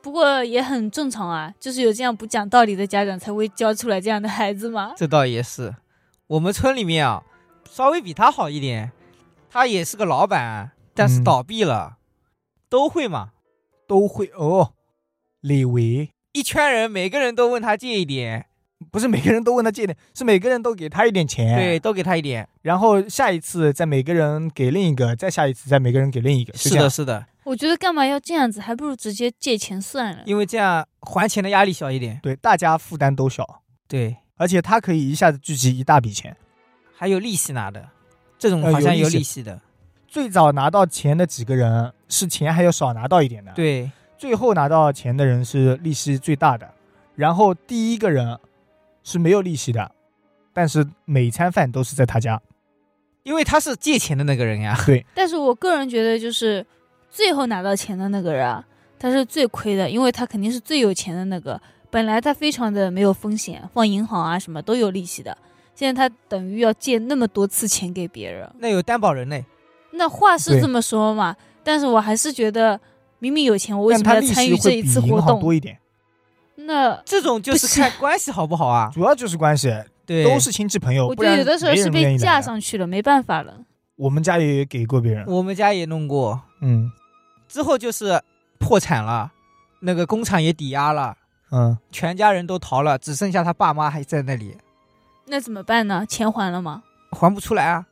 [SPEAKER 2] 不过也很正常啊，就是有这样不讲道理的家长才会教出来这样的孩 子嘛。
[SPEAKER 3] 这倒也是，我们村里面啊，稍微比他好一点，他也是个老板，但是
[SPEAKER 1] 嗯
[SPEAKER 3] 倒闭了，都会嘛。
[SPEAKER 1] 都会哦。李维
[SPEAKER 3] 一圈人每个人都问他借一点，
[SPEAKER 1] 不是每个人都问他借的，是每个人都给他一点钱，
[SPEAKER 3] 对，，都给他一点。
[SPEAKER 1] 然后下一次再每个人给另一个，再下一次再每个人给另一个，就是这样
[SPEAKER 3] 的，。是的，
[SPEAKER 2] 我觉得干嘛要这样子，还不如直接借钱算了。
[SPEAKER 3] 因为这样还钱的压力小一点。
[SPEAKER 1] 对，大家负担都小，
[SPEAKER 3] 对，
[SPEAKER 1] 而且他可以一下子聚集一大笔钱。
[SPEAKER 3] 还有利息拿的，这种
[SPEAKER 1] 呃
[SPEAKER 3] 好像
[SPEAKER 1] 有利
[SPEAKER 3] 有
[SPEAKER 1] 息啊
[SPEAKER 3] 利息的。
[SPEAKER 1] 最早拿到钱的几个人是钱还要少拿到一点的，，
[SPEAKER 3] 对，
[SPEAKER 1] 最后拿到钱的人是利息最大的，然后第一个人是没有利息的，但是每餐饭都是在他家，
[SPEAKER 3] 因为他是借钱的那个人呀。
[SPEAKER 2] 但是我个人觉得，就是最后拿到钱的那个人啊，他是最亏的，因为他肯定是最有钱的那个。本来他非常的没有风险，放银行啊什么都有利息的。现在他等于要借那么多次钱给别人，
[SPEAKER 3] 那有担保人呢，
[SPEAKER 2] 那话是
[SPEAKER 1] 对
[SPEAKER 2] 这么说嘛，但是我还是觉得，明明有钱，我为
[SPEAKER 1] 但
[SPEAKER 2] 什么
[SPEAKER 1] 他
[SPEAKER 2] 要
[SPEAKER 1] 利
[SPEAKER 2] 参
[SPEAKER 1] 息
[SPEAKER 2] 与这
[SPEAKER 1] 会
[SPEAKER 2] 一
[SPEAKER 1] 比
[SPEAKER 2] 次活
[SPEAKER 1] 银行多
[SPEAKER 2] 动？
[SPEAKER 1] 一哦点，
[SPEAKER 2] 那
[SPEAKER 3] 这种就
[SPEAKER 2] 不
[SPEAKER 3] 是
[SPEAKER 2] 是
[SPEAKER 3] 看关系好不好啊。
[SPEAKER 1] 主要就是关系，
[SPEAKER 3] 对，
[SPEAKER 1] 都是亲戚朋友，
[SPEAKER 2] 我
[SPEAKER 1] 不
[SPEAKER 2] 觉得
[SPEAKER 1] 然
[SPEAKER 2] 有的时候
[SPEAKER 1] 没
[SPEAKER 2] 是
[SPEAKER 1] 人愿
[SPEAKER 2] 被
[SPEAKER 1] 意来啊
[SPEAKER 2] 架
[SPEAKER 1] 的。
[SPEAKER 2] 上去了，没办法了。
[SPEAKER 1] 我们家也给过别人，
[SPEAKER 3] 我们家也弄过，
[SPEAKER 1] 嗯
[SPEAKER 3] 之后就是破产了，那个工厂也抵押了，
[SPEAKER 1] 嗯，
[SPEAKER 3] 全家人都逃了，只剩下他爸妈还在那里，
[SPEAKER 2] 那怎么办呢？钱还了吗？
[SPEAKER 3] 还不出来啊，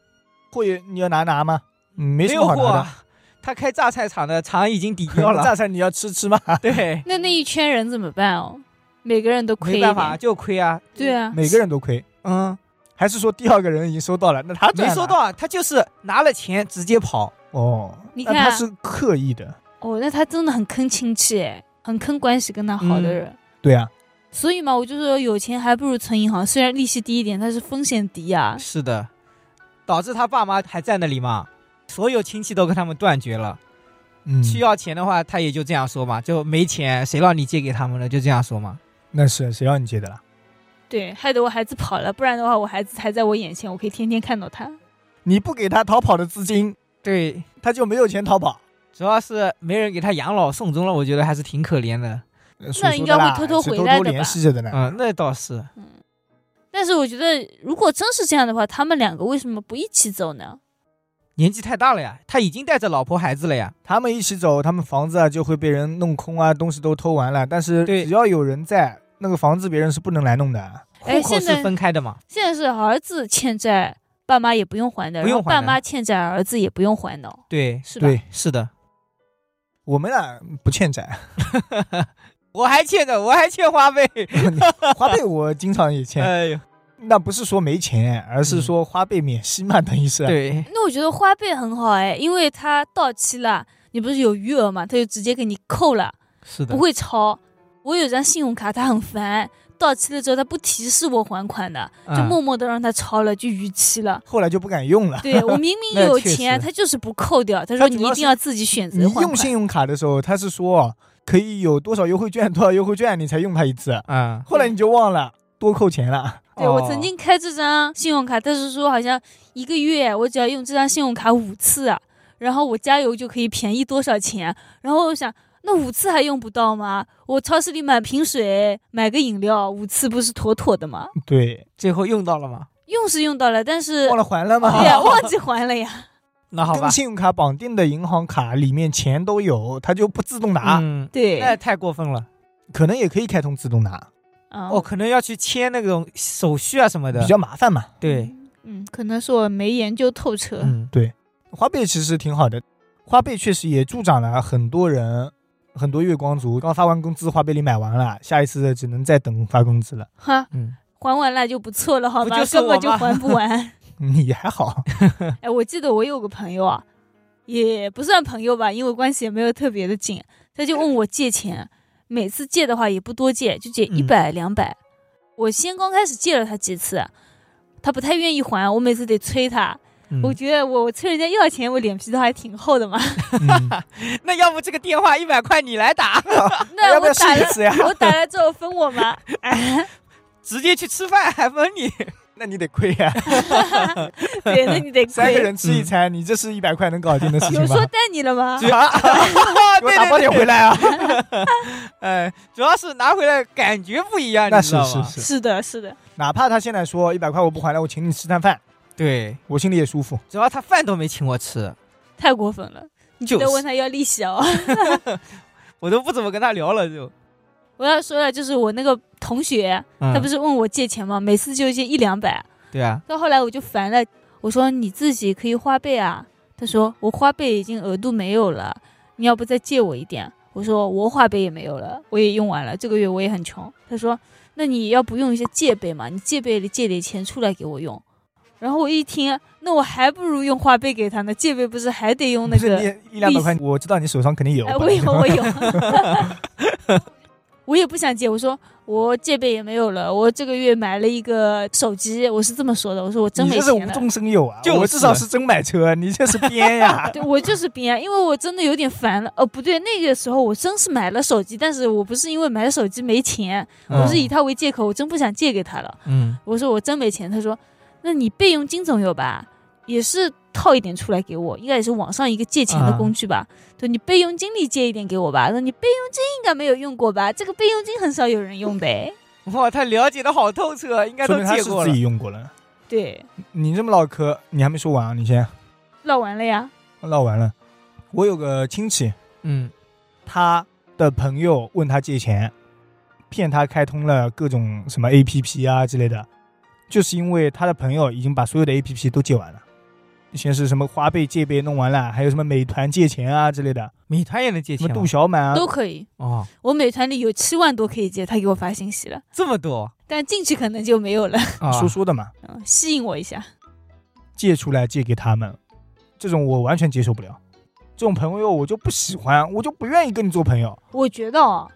[SPEAKER 1] 货也你要拿拿吗？嗯没什
[SPEAKER 3] 有
[SPEAKER 1] 么好
[SPEAKER 3] 货
[SPEAKER 1] 拿的。
[SPEAKER 3] 啊。他开榨菜厂的厂已经抵掉 了，
[SPEAKER 1] 榨菜你要吃吃吗？
[SPEAKER 3] 对，
[SPEAKER 2] 那那一圈人怎么办哦？每个人都亏一
[SPEAKER 3] 没办法
[SPEAKER 2] 点，
[SPEAKER 3] 就亏啊。
[SPEAKER 2] 对啊，
[SPEAKER 1] 每个人都亏，
[SPEAKER 3] 嗯，
[SPEAKER 1] 还是说第二个人已经收到了？那他
[SPEAKER 3] 没
[SPEAKER 1] 赚了
[SPEAKER 3] 收到啊，他就是拿了钱直接跑，
[SPEAKER 1] 哦，
[SPEAKER 2] 你
[SPEAKER 1] 那
[SPEAKER 2] 看啊
[SPEAKER 1] 他是刻意的，
[SPEAKER 2] 哦，那他真的很坑亲戚，哎，很坑关系跟他好
[SPEAKER 3] 嗯
[SPEAKER 2] 的人。
[SPEAKER 1] 对啊，
[SPEAKER 2] 所以嘛，我就说有钱还不如存银行，虽然利息低一点，但是风险低啊。
[SPEAKER 3] 是的，导致他爸妈还在那里嘛，所有亲戚都跟他们断绝了。
[SPEAKER 1] 嗯，
[SPEAKER 3] 需要钱的话，他也就这样说嘛，就没钱，谁让你借给他们了，就这样说嘛。
[SPEAKER 1] 那是谁让你借的啦？
[SPEAKER 2] 对，害得我孩子跑了，不然的话，我孩子还在我眼前，我可以天天看到他。
[SPEAKER 1] 你不给他逃跑的资金，
[SPEAKER 3] 对，
[SPEAKER 1] 他就没有钱逃跑。
[SPEAKER 3] 主要是没人给他养老送终了，我觉得还是挺可怜的。
[SPEAKER 1] 呃所以
[SPEAKER 2] 应
[SPEAKER 1] 说的
[SPEAKER 2] 该会
[SPEAKER 1] 啦
[SPEAKER 2] 偷偷
[SPEAKER 1] 是
[SPEAKER 2] 回来的吧
[SPEAKER 1] 联系着的呢。
[SPEAKER 3] 嗯，那倒是，
[SPEAKER 2] 但是我觉得，如果真是这样的话，他们两个为什么不一起走呢？
[SPEAKER 3] 年纪太大了呀，他已经带着老婆孩子了呀。
[SPEAKER 1] 他们一起走，他们房子啊就会被人弄空啊，东西都偷完了。但是
[SPEAKER 3] 对
[SPEAKER 1] 只要有人在，那个房子别人是不能来弄的。
[SPEAKER 2] 哎
[SPEAKER 3] 户口
[SPEAKER 2] 现在
[SPEAKER 3] 是分开的嘛？
[SPEAKER 2] 现在是儿子欠债，爸妈也不用还的，
[SPEAKER 3] 不用
[SPEAKER 2] 然后爸
[SPEAKER 3] 还的
[SPEAKER 2] 妈欠债，儿子也不用还的，哦
[SPEAKER 3] 对，
[SPEAKER 2] 是吧？
[SPEAKER 1] 对，
[SPEAKER 3] 是的。
[SPEAKER 1] 我们啊不欠债，
[SPEAKER 3] 我还欠着，我还欠花 呗。
[SPEAKER 1] 花呗我经常也
[SPEAKER 2] 嗯
[SPEAKER 1] 欠，
[SPEAKER 3] 哎呦，
[SPEAKER 1] 那不是说没钱，而是说花呗免息嘛，等于是。，
[SPEAKER 3] 对，
[SPEAKER 2] 那我觉得花呗很好哎，因为它到期了，你不是有余额嘛，它就直接给你扣了，
[SPEAKER 3] 是的
[SPEAKER 2] 不，会超。我有张信用卡，它很烦，到期了之后它不提示我还款的，就
[SPEAKER 3] 嗯
[SPEAKER 2] 默默的让它超了，就逾期了。
[SPEAKER 1] 后来就不敢用了。
[SPEAKER 2] 对我明明
[SPEAKER 3] 那
[SPEAKER 2] 有
[SPEAKER 3] 确实
[SPEAKER 2] 钱，它就是不扣掉，它
[SPEAKER 1] 它
[SPEAKER 2] 说你
[SPEAKER 1] 主要
[SPEAKER 2] 一
[SPEAKER 1] 是
[SPEAKER 2] 定要自己选择
[SPEAKER 1] 你
[SPEAKER 2] 还
[SPEAKER 1] 用信
[SPEAKER 2] 款。
[SPEAKER 1] 用卡的时候，他是说可以有多少优惠券，多少优惠券你才用它一次，
[SPEAKER 3] 嗯，
[SPEAKER 1] 后来你就忘了，多扣钱了。
[SPEAKER 2] 对
[SPEAKER 3] 哦
[SPEAKER 2] 我曾经开这张信用卡，但是说好像一个月我只要用这张信用卡五次啊，然后我加油就可以便宜多少钱？然后我想，那五次还用不到吗？我超市里买瓶水、买个饮料，五次不是妥妥的吗？
[SPEAKER 1] 哦对，
[SPEAKER 3] 最后用到了吗？
[SPEAKER 2] 用是用到了，但是
[SPEAKER 1] 忘了还了吗？
[SPEAKER 2] 对啊呀、忘记还了呀。
[SPEAKER 3] 那好吧
[SPEAKER 1] 跟，信用卡绑定的银行卡里面钱都有，它就不自动拿，
[SPEAKER 3] 嗯，
[SPEAKER 2] 对，
[SPEAKER 3] 那太过分了。
[SPEAKER 1] 可能也可以开通自动拿，
[SPEAKER 2] 啊
[SPEAKER 3] 哦，可能要去签那种手续啊什么的
[SPEAKER 1] 比。较麻烦嘛。
[SPEAKER 3] 对，
[SPEAKER 2] 嗯，可能是我没研究透彻。
[SPEAKER 3] 嗯，
[SPEAKER 1] 花呗其实挺好的，花呗确实也助长了很多人，很多月光族刚发完工资，花呗里买完了，下一次只能再等发工资了。
[SPEAKER 2] 哈，
[SPEAKER 3] 嗯，
[SPEAKER 2] 还完了就不错了，好
[SPEAKER 3] 不
[SPEAKER 2] 吧？
[SPEAKER 3] 就是
[SPEAKER 2] 根本
[SPEAKER 3] 我
[SPEAKER 2] 就
[SPEAKER 3] 吗
[SPEAKER 2] 还不完。
[SPEAKER 1] 你嗯还好，
[SPEAKER 2] 哎，我记得我有个朋友啊，也不算朋友吧，因为关系也没有特别的近，他就问我借钱，每次借的话也不多借，就借
[SPEAKER 3] 嗯
[SPEAKER 2] 一百两百。我先刚开始借了他几次，他不太愿意还，我每次得催他。
[SPEAKER 3] 嗯
[SPEAKER 2] 我觉得我我催人家要钱，我脸皮都还挺厚的嘛。
[SPEAKER 1] 嗯、
[SPEAKER 3] 那要不这个电话一百块你来打，
[SPEAKER 2] 那
[SPEAKER 1] 啊要不
[SPEAKER 2] 我
[SPEAKER 1] 要
[SPEAKER 2] 打
[SPEAKER 1] 试一
[SPEAKER 2] 了，
[SPEAKER 1] 次呀？
[SPEAKER 2] 我打了之后分 我吗？哎，
[SPEAKER 3] 直接去吃饭还分你。
[SPEAKER 1] 那你得亏呀、
[SPEAKER 2] 对，那你得
[SPEAKER 1] 三个
[SPEAKER 2] 亏。
[SPEAKER 1] 人吃一餐，你这是一百块能搞定的事情
[SPEAKER 2] 有
[SPEAKER 1] 吗啊
[SPEAKER 2] 说？带你了吗
[SPEAKER 3] 主？要，给
[SPEAKER 1] 给我打包点回
[SPEAKER 3] 来。
[SPEAKER 1] 来啊！
[SPEAKER 3] 哎，主要是拿回来感觉不一样，
[SPEAKER 1] 那
[SPEAKER 3] 你知
[SPEAKER 1] 是
[SPEAKER 3] 道
[SPEAKER 1] 是
[SPEAKER 3] 吗？
[SPEAKER 1] 是，
[SPEAKER 2] 是的，是的，
[SPEAKER 1] 哪怕他现在说一百块我不还了，我请你吃顿饭，
[SPEAKER 3] 对，
[SPEAKER 1] 我心里也舒服。
[SPEAKER 3] 主要他饭都没请我吃，
[SPEAKER 2] 太过分了。你记
[SPEAKER 3] 就
[SPEAKER 2] 得
[SPEAKER 3] 是
[SPEAKER 2] 问他要利息哦。
[SPEAKER 3] 我都不怎么跟他聊了，就
[SPEAKER 2] 我要说的就是我那个同学，他
[SPEAKER 3] 他
[SPEAKER 1] 嗯
[SPEAKER 2] 不
[SPEAKER 3] 是
[SPEAKER 2] 是问我借钱吗？每次就借一两百，
[SPEAKER 3] 嗯对啊，
[SPEAKER 2] 到后来我就烦了，我说你自己可以花呗啊。他说我花呗已经额度没有了，你要不再借我一点？我说我花呗也没有了，我也用完了，这个月我也很穷。他说那你要不用一下借呗嘛？你借呗里借点钱出来给我用。然后我一听，那我还不如用花呗给他呢，借呗不是还得用那
[SPEAKER 1] 不
[SPEAKER 2] 个？
[SPEAKER 1] 是你一两百块，我知道你手上肯定有
[SPEAKER 2] 哎，
[SPEAKER 1] 吧。
[SPEAKER 2] 我有，我有。 我也不想借，我说我借呗也没有了，我这个月买了一个手机，我是这么说的，我说我真
[SPEAKER 1] 你
[SPEAKER 2] 没
[SPEAKER 1] 这是无
[SPEAKER 2] 钱了。
[SPEAKER 1] 中生有啊！
[SPEAKER 3] 就是
[SPEAKER 1] 我至少是真买车，你这是编
[SPEAKER 2] 。
[SPEAKER 1] 呀
[SPEAKER 2] 对，我就是编，因为我真的有点烦了。哦，不对，那个时候我真是买了手机，但是我不是因为买手机没钱，我
[SPEAKER 1] 嗯
[SPEAKER 2] 是以他为借口，我真不想借给他了。
[SPEAKER 3] 嗯
[SPEAKER 2] 我说我真没钱，他说那你备用金总有吧？也是套一点出来给我，应该也是网上一个借钱的工具吧？对你备用金里借一点给我吧。那你备用金应该没有用过吧？这个备用金很少有人用呗。
[SPEAKER 3] 嗯， 哇，他了解的好透彻，应该
[SPEAKER 1] 说
[SPEAKER 3] 都
[SPEAKER 1] 明他
[SPEAKER 3] 借
[SPEAKER 1] 是
[SPEAKER 3] 过
[SPEAKER 1] 自
[SPEAKER 3] 了
[SPEAKER 1] 己。用过了。
[SPEAKER 2] 对，
[SPEAKER 1] 你这么唠嗑，你还没说完啊？你先
[SPEAKER 2] 唠完了呀。
[SPEAKER 1] 唠完了。我有个亲戚，
[SPEAKER 3] 嗯，
[SPEAKER 1] 他的朋友问他借钱，骗他开通了各种什么 APP 啊之类的，就是因为他的朋友已经把所有的 APP 都借完了，先是什么花呗、借呗弄完了，还有什么美团借钱啊之类的，
[SPEAKER 3] 美团也能借
[SPEAKER 1] 什
[SPEAKER 3] 钱
[SPEAKER 1] 么
[SPEAKER 3] 吗？
[SPEAKER 1] 杜小满啊，
[SPEAKER 2] 都可以。
[SPEAKER 3] 哦，
[SPEAKER 2] 我美团里有七万多可以借，他给我发信息了，
[SPEAKER 3] 这么多，
[SPEAKER 2] 但进去可能就没有了。
[SPEAKER 3] 啊
[SPEAKER 1] 说说的嘛，
[SPEAKER 2] 嗯吸引我一下，
[SPEAKER 1] 借出来借给他们，这种我完全接受不了。这种朋友我就不喜欢，我就不愿意跟你做朋友。
[SPEAKER 2] 我觉得哦，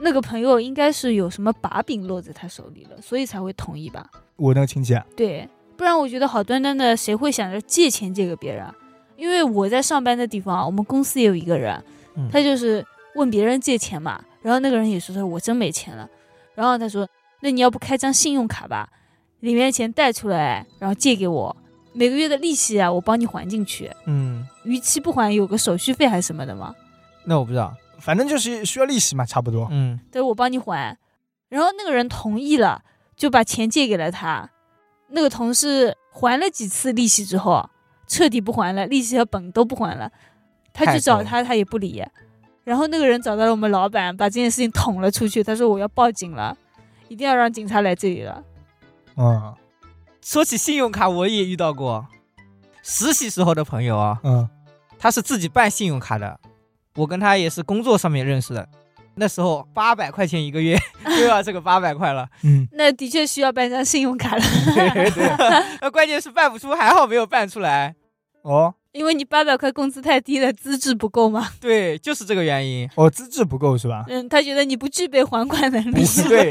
[SPEAKER 2] 那个朋友应该是有什么把柄落在他手里了，所以才会同意吧。
[SPEAKER 1] 我那个亲戚啊，
[SPEAKER 2] 对，不然我觉得好端端的谁会想着借钱借给别人啊？因为我在上班的地方啊，我们公司也有一个人，
[SPEAKER 3] 嗯
[SPEAKER 2] 他就是问别人借钱嘛，然后那个人也说他我真没钱了，然后他说那你要不开张信用卡吧，里面的钱贷出来，然后借给我，每个月的利息啊我帮你还进去，
[SPEAKER 3] 嗯，
[SPEAKER 2] 逾期不还有个手续费还是什么的嘛，
[SPEAKER 3] 那我不知道，
[SPEAKER 1] 反正就是需要利息嘛，差不多。
[SPEAKER 3] 嗯，
[SPEAKER 2] 对我帮你还，然后那个人同意了，就把钱借给了他。那个同事还了几次利息之后啊，彻底不还了，利息和本都不还了。他去
[SPEAKER 3] 太
[SPEAKER 2] 找
[SPEAKER 3] 逗了
[SPEAKER 2] 他，他也不理。然后那个人找到了我们老板，把这件事情捅了出去。他说我要报警了，一定要让警察来这里了。
[SPEAKER 1] 嗯
[SPEAKER 3] 说起信用卡，我也遇到过，实习时候的朋友啊，
[SPEAKER 1] 嗯
[SPEAKER 3] 他是自己办信用卡的，我跟他也是工作上面认识的，那时候八百块钱一个月 又要这个八百块了，
[SPEAKER 1] 嗯，
[SPEAKER 2] 那的确需要办张信用卡了，
[SPEAKER 1] 对对。
[SPEAKER 3] 那关键是办不出，还好没有办出来，
[SPEAKER 1] 哦
[SPEAKER 2] 因为你八百块工资太低了，资质不够嘛。
[SPEAKER 3] 对，就是这个原因，
[SPEAKER 1] 哦，资质不够是吧？
[SPEAKER 2] 嗯，他觉得你不具备还款 能力
[SPEAKER 1] 不。是对，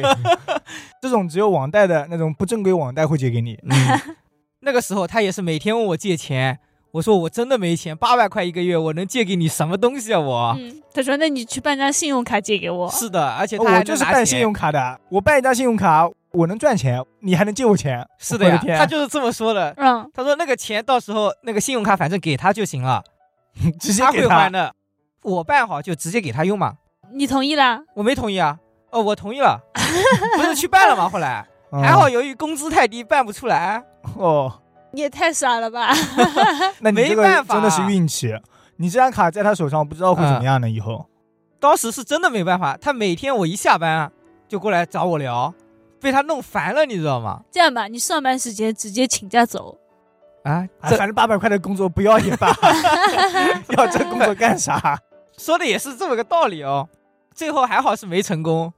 [SPEAKER 1] 这种只有网贷的那种不正规网贷会借给你。
[SPEAKER 3] 嗯， 那个时候他也是每天问我借钱。我说我真的没钱，八百块一个月，我能借给你什么东西啊我？
[SPEAKER 2] 嗯，他说那你去办张信用卡借给我。
[SPEAKER 3] 是的，而且他还
[SPEAKER 1] 哦我
[SPEAKER 3] 能
[SPEAKER 1] 就是
[SPEAKER 3] 拿
[SPEAKER 1] 办
[SPEAKER 3] 钱
[SPEAKER 1] 信用卡的，我办一张信用卡，我能赚钱，你还能借我钱。
[SPEAKER 3] 是的呀
[SPEAKER 1] 我，天
[SPEAKER 3] 他就是这么说的。
[SPEAKER 2] 嗯，
[SPEAKER 3] 他说那个钱到时候那个信用卡反正给他就行了，
[SPEAKER 1] 直接
[SPEAKER 3] 他
[SPEAKER 1] 给
[SPEAKER 3] 会还的。我办好就直接给他用嘛。
[SPEAKER 2] 你同意啦？
[SPEAKER 3] 我没同意啊，哦，我同意 了，不是去办了吗？后来
[SPEAKER 1] 嗯
[SPEAKER 3] 还好由于工资太低办不出来，啊
[SPEAKER 1] 哦，
[SPEAKER 2] 你也太傻了吧！
[SPEAKER 1] 那你这
[SPEAKER 3] 没
[SPEAKER 1] 个
[SPEAKER 3] 办法嗯
[SPEAKER 1] 真的是运气。你这张卡在他手上，不知道会怎么样呢？以后
[SPEAKER 3] 当时是真的没办法。他每天我一下班啊就过来找我聊，被他弄烦了，你知道吗？
[SPEAKER 2] 这样吧，你上班时间直接请假走，
[SPEAKER 3] 啊，
[SPEAKER 1] 哎
[SPEAKER 3] 这
[SPEAKER 1] 反正八百块的工作不要 也罢， 要这工作干啥？
[SPEAKER 3] 说的也是这么个道理哦。最后还好是没成功。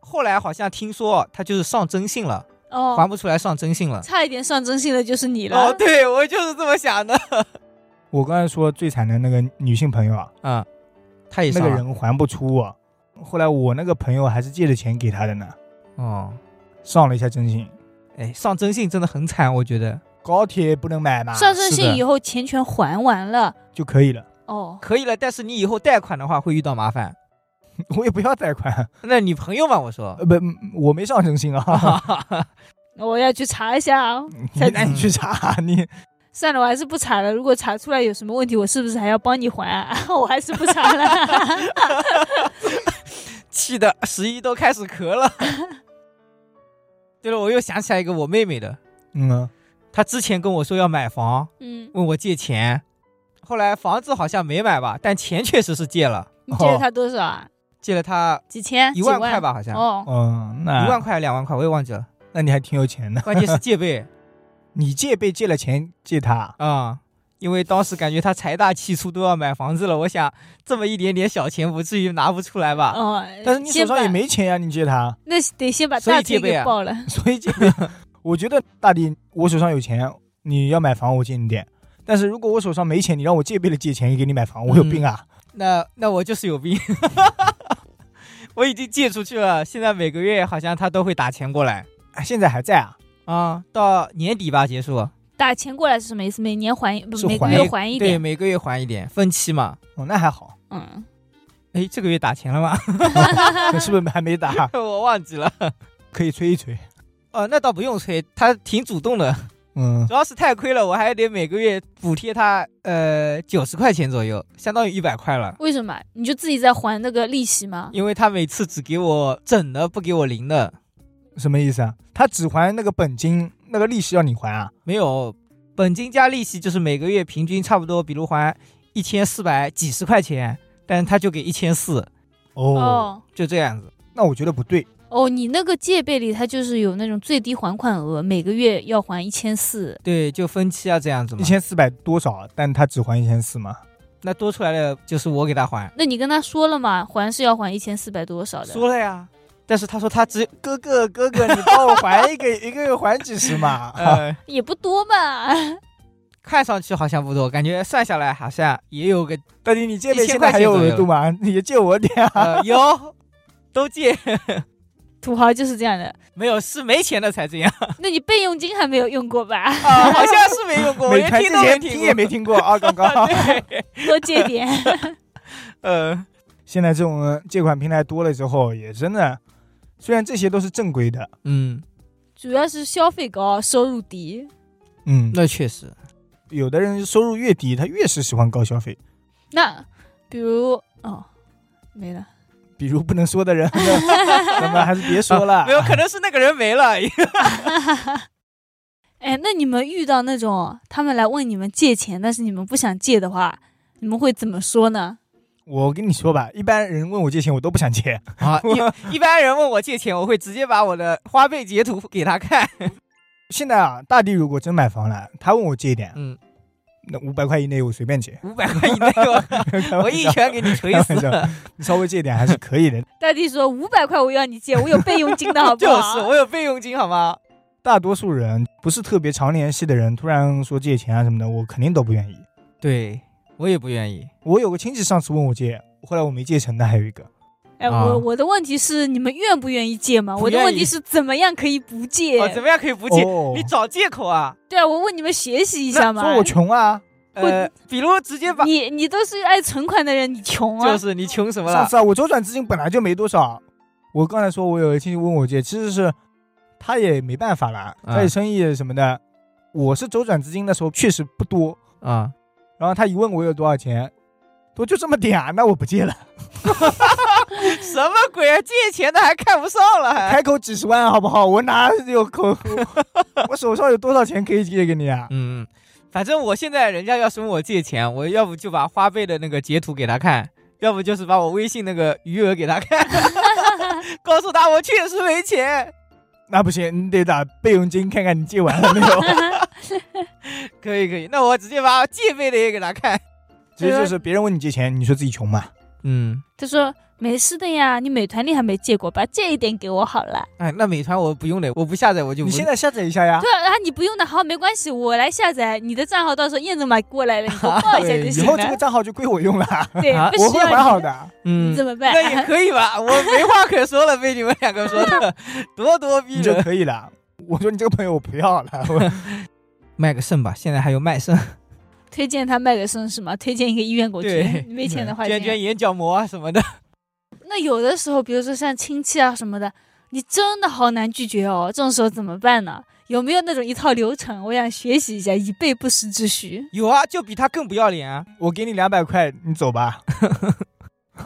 [SPEAKER 3] 后来好像听说他就是上征信了，还
[SPEAKER 2] 哦，
[SPEAKER 3] 不出来上征信了。
[SPEAKER 2] 差一点上征信的就是你了。
[SPEAKER 3] 哦，对，我就是这么想 的。
[SPEAKER 1] 我刚才说最惨的那个女性朋友啊，
[SPEAKER 3] 嗯，他也
[SPEAKER 1] 那
[SPEAKER 3] 上
[SPEAKER 1] 个
[SPEAKER 3] 了。
[SPEAKER 1] 人还不出我，后来我那个朋友还是借着钱给他的呢，
[SPEAKER 3] 哦，
[SPEAKER 1] 上了一下征信，
[SPEAKER 3] 哎，上征信真的很惨，我觉得
[SPEAKER 1] 高铁不能买嘛，
[SPEAKER 2] 上征
[SPEAKER 3] 啊是
[SPEAKER 2] 信
[SPEAKER 3] 的
[SPEAKER 2] 以后钱全还完了，
[SPEAKER 1] 就可以了，
[SPEAKER 2] 哦，
[SPEAKER 3] 可以了。但是你以后贷款的话会遇到麻烦。
[SPEAKER 1] 我也不要贷 款，
[SPEAKER 3] 那你朋友嘛，我 说
[SPEAKER 1] 呃，不，我没上征 信 啊，
[SPEAKER 2] 我要去查一下啊。才
[SPEAKER 1] 那你去查， 你
[SPEAKER 2] 算了，我还是不查了。如果查出来有什么问题，我是不是还要帮你还啊？ 我还是不查了。
[SPEAKER 3] 气的十一都开始咳 了。对了，我又想起来一个我妹妹的，
[SPEAKER 1] 嗯，
[SPEAKER 3] 她之前跟我说要买房，
[SPEAKER 2] 嗯，
[SPEAKER 3] 问我借钱，后来房子好像没买吧，但钱确实是借了，
[SPEAKER 2] 你借了他多少啊？
[SPEAKER 3] 借了她
[SPEAKER 2] 几千？
[SPEAKER 3] 一
[SPEAKER 2] 几
[SPEAKER 3] 万块？吧，好像嗯
[SPEAKER 2] 哦，
[SPEAKER 1] 哦，
[SPEAKER 3] 一万
[SPEAKER 1] 那
[SPEAKER 3] 块两万块，我也忘记了。
[SPEAKER 1] 那你还挺有钱的，
[SPEAKER 3] 关键是借呗
[SPEAKER 1] 你借被借了钱借他，
[SPEAKER 3] 啊、因为当时感觉她财大气粗，都要买房子了，我想这么一点点小钱不至于拿不出来吧？
[SPEAKER 2] 哦，
[SPEAKER 1] 但是你手
[SPEAKER 2] 先
[SPEAKER 1] 上
[SPEAKER 2] 把
[SPEAKER 1] 也，没钱呀、啊你借他，
[SPEAKER 2] 那得先把
[SPEAKER 3] 所以
[SPEAKER 2] 大腿
[SPEAKER 3] 戒备
[SPEAKER 2] 给
[SPEAKER 3] 啊
[SPEAKER 2] 爆了。
[SPEAKER 1] 所以借，我觉得大弟，我手上有钱，你要买房我借你点，但是如果我手上没钱，你让我借呗了借钱给你买
[SPEAKER 3] 嗯
[SPEAKER 1] 房，我有病啊，
[SPEAKER 3] 那那我就是有病， 我已经借出去了，现在每个月好像他都会打钱过来
[SPEAKER 1] 哎现在还在啊，
[SPEAKER 3] 啊、到年底吧结束，
[SPEAKER 2] 打钱过来是什么意思？每年还一，不
[SPEAKER 1] 是
[SPEAKER 2] 每个
[SPEAKER 1] 还
[SPEAKER 2] 月
[SPEAKER 1] 一
[SPEAKER 2] 还一
[SPEAKER 3] 对，
[SPEAKER 2] 点。
[SPEAKER 3] 每个月还一点，分期嘛。
[SPEAKER 1] 哦，那还 好，
[SPEAKER 2] 嗯，
[SPEAKER 3] 哎，这个月打钱了吗？
[SPEAKER 1] 是不是还没打？
[SPEAKER 3] 我忘记了。
[SPEAKER 1] 可以催一催，
[SPEAKER 3] 哦，那倒不用催，他挺主动的，
[SPEAKER 1] 嗯，
[SPEAKER 3] 主要是太亏了，我还得每个月补贴他呃九十块钱左右，相当于一百块了，
[SPEAKER 2] 为什么？你就自己在还那个利息吗？
[SPEAKER 3] 因为他每次只给我整的，不给我零的，
[SPEAKER 1] 什么意思啊？他只还那个本金，那个利息要你还啊？
[SPEAKER 3] 没有本金加利息，就是每个月平均差不多，比如还一千四百几十块钱，但是他就给一千四，
[SPEAKER 2] 哦
[SPEAKER 3] 就这样子。
[SPEAKER 1] 那我觉得不对，
[SPEAKER 2] 哦，你那个借呗里它就是有那种最低还款额，每个月要还一千四。
[SPEAKER 3] 对，就分期啊这样子嘛
[SPEAKER 1] 一。千四百多少，但他只还一千四嘛？
[SPEAKER 3] 那多出来的就是我给他还。
[SPEAKER 2] 那你跟他说了吗？还是要还一千四百多少的？
[SPEAKER 3] 说了呀，但是他说他只
[SPEAKER 1] 哥哥，哥哥，你帮我还一个， 一个月还几十嘛？啊
[SPEAKER 3] 呃，
[SPEAKER 2] 也不多吧。
[SPEAKER 3] 看上去好像不多，感觉算下来好像也有个
[SPEAKER 1] 大弟，你借呗
[SPEAKER 3] 1000
[SPEAKER 1] 现在还有额度吗？你借我点 啊！
[SPEAKER 3] 呃有，都借
[SPEAKER 2] 土豪就是这样 的。
[SPEAKER 3] 没有是没钱的才这样
[SPEAKER 2] 那你备用金还没有用过吧？
[SPEAKER 3] 啊，好像是没用过，我
[SPEAKER 1] 没
[SPEAKER 3] 连
[SPEAKER 1] 传
[SPEAKER 3] 听
[SPEAKER 1] 之
[SPEAKER 3] 都没
[SPEAKER 1] 前
[SPEAKER 3] 听
[SPEAKER 1] 听
[SPEAKER 3] 过
[SPEAKER 1] 也没听过啊， 刚 刚。
[SPEAKER 3] 对，
[SPEAKER 2] 多借点。
[SPEAKER 3] 呃，
[SPEAKER 1] 现在这种借款平台多了之后，也真的，虽然这些都是正规的，
[SPEAKER 3] 嗯，
[SPEAKER 2] 主要是消费高，收入低。
[SPEAKER 1] 嗯，
[SPEAKER 3] 那确实，
[SPEAKER 1] 有的人收入越低，他越是喜欢高消费，
[SPEAKER 2] 那比如哦，没了。
[SPEAKER 1] 比如不能说 的人，咱们还是别说 了。
[SPEAKER 3] 没有，可能是那个人没了。
[SPEAKER 2] 哎，那你们遇到那种他们来问你们借钱，但是你们不想借的话，你们会怎么说呢？
[SPEAKER 1] 我跟你说吧，一般人问我借钱，我都不想借。
[SPEAKER 3] 啊，一一般人问我借钱，我会直接把我的花呗截图给他看。
[SPEAKER 1] 现在啊，大弟如果真买房了，他问我借一点，
[SPEAKER 3] 嗯，
[SPEAKER 1] 那五百块以内我随便借
[SPEAKER 3] ，五百块以内 我， 我一拳给你锤死
[SPEAKER 1] 开。玩 你稍微借一点还是可以的。
[SPEAKER 2] 大弟说五百块我要你借，我有备用金的好不
[SPEAKER 3] 就
[SPEAKER 2] 好？
[SPEAKER 3] 是我有备用金，好吗？
[SPEAKER 1] 大多数人不是特别常联系的人，突然说借钱啊什么的，我肯定都不愿意。
[SPEAKER 3] 对我也不愿意。
[SPEAKER 1] 我有个亲戚上次问我借，后来我没借成的，还有一个
[SPEAKER 2] 哎，我、
[SPEAKER 3] 啊
[SPEAKER 2] 我的问题是你们愿不愿意借嘛？
[SPEAKER 3] 不
[SPEAKER 2] 我的
[SPEAKER 3] 愿
[SPEAKER 2] 问题
[SPEAKER 3] 意
[SPEAKER 2] 是怎么样可以不借？
[SPEAKER 3] 哦，怎么样可以不借？
[SPEAKER 1] 哦
[SPEAKER 3] 你找借口啊？
[SPEAKER 2] 对啊，我问你们学习一下嘛。
[SPEAKER 1] 说我穷啊，
[SPEAKER 3] 呃，比如直接把，
[SPEAKER 2] 你你都是爱存款的人，你穷啊？
[SPEAKER 3] 就是你穷什么
[SPEAKER 1] 上
[SPEAKER 3] 了？
[SPEAKER 1] 次啊我周转资金本来就没多少，我刚才说我有个亲戚问我借，其实是他也没办法了，
[SPEAKER 3] 嗯
[SPEAKER 1] 家里生意什么的，我是周转资金的时候确实不多，
[SPEAKER 3] 啊，
[SPEAKER 1] 然后他一问我有多少钱，我就这么点啊，那我不借了，
[SPEAKER 3] 什么鬼啊？借钱的还看不上了，还
[SPEAKER 1] 开口几十万好不好？我哪有口， 我手上有多少钱可以借给你啊？
[SPEAKER 3] 嗯，反正我现在人家要是问我借钱，我要不就把花呗的那个截图给他看， 要不就是把我微信那个余额给他看， 告诉他我确实没钱。
[SPEAKER 1] 那不行，你得打备用金看看你借完了没 有，
[SPEAKER 2] 嗯
[SPEAKER 3] 可以可以，那我直接把借呗的也给他看。
[SPEAKER 1] 其实就是别人问你借钱，你说自己穷 嘛。
[SPEAKER 3] 嗯，
[SPEAKER 2] 他说没事的呀，你美团你还没借过吧？借一点给我好了。
[SPEAKER 3] 哎，那美团我不用的，我不下载我就不
[SPEAKER 1] 你现在下载一下呀，
[SPEAKER 2] 对啊，啊你不用的，好没关系，我来下载你的账号，到时候验证码过来了，你给我报一下就
[SPEAKER 1] 对，以
[SPEAKER 2] 行
[SPEAKER 1] 后这个
[SPEAKER 2] 了。
[SPEAKER 1] 账号就归我用了，
[SPEAKER 2] 对，
[SPEAKER 3] 啊
[SPEAKER 2] 不
[SPEAKER 1] 我
[SPEAKER 2] 需
[SPEAKER 1] 会
[SPEAKER 2] 要
[SPEAKER 1] 还好
[SPEAKER 2] 你，
[SPEAKER 1] 的。
[SPEAKER 3] 嗯
[SPEAKER 2] 你怎。么办？
[SPEAKER 3] 那也可以吧，我没话可说了，被你们两个说 的咄咄逼
[SPEAKER 1] 你就
[SPEAKER 3] 人。
[SPEAKER 1] 可以了。我说你这个朋友我不要了，我
[SPEAKER 3] 卖个肾吧，现在还有卖肾，
[SPEAKER 2] 推荐他卖给孙是吗？推荐一个医院给我
[SPEAKER 3] 对
[SPEAKER 2] 去，没钱的话
[SPEAKER 3] 捐
[SPEAKER 2] 这样
[SPEAKER 3] 捐眼角膜啊什么的。
[SPEAKER 2] 那有的时候，比如说像亲戚啊什么的，你真的好难拒绝哦。这种时候怎么办呢？有没有那种一套流程？我想学习一下，以备不时之 需。
[SPEAKER 3] 有啊，就比他更不要脸啊。
[SPEAKER 1] 我给你两百块，你走吧。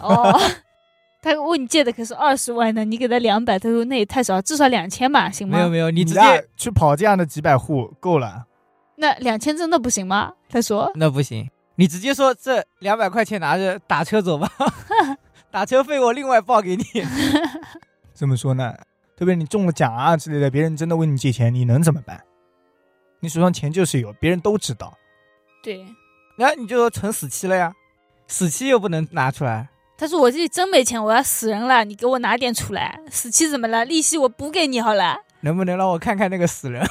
[SPEAKER 2] 哦，他问你借的可是二十万呢，你给他两百，他说那也太少，至少两千吧，行
[SPEAKER 3] 没有
[SPEAKER 2] 吗？
[SPEAKER 3] 没有，你直
[SPEAKER 1] 俩
[SPEAKER 3] 接
[SPEAKER 1] 去跑这样的几百户够了，
[SPEAKER 2] 那两千真的不行吗？他说
[SPEAKER 3] 那不行，你直接说这两百块钱拿着打车走吧，打车费我另外报给你。
[SPEAKER 1] 怎么说呢？特别你中了奖啊之类的，别人真的问你借钱，你能怎么办？你手上钱就是有，别人都知道。
[SPEAKER 2] 对，
[SPEAKER 3] 那你就存死期了呀，死期又不能拿出来。
[SPEAKER 2] 他说我这里真没钱，我要死人了，你给我拿点出来。死期怎么了？利息我补给你好了。
[SPEAKER 3] 能不能让我看看那个死人？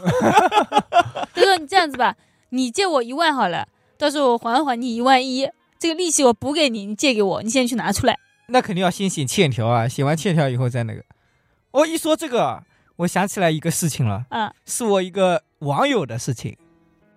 [SPEAKER 2] 他说你这样子吧，你借我一万好了，到时候我还还你一万一，这个利息我补给你，你借给我，你现在去拿出来。
[SPEAKER 3] 那肯定要先写欠条啊，写完欠条以后再那个。我、一说这个，我想起来一个事情了，
[SPEAKER 2] 嗯，
[SPEAKER 3] 是我一个网友的事情，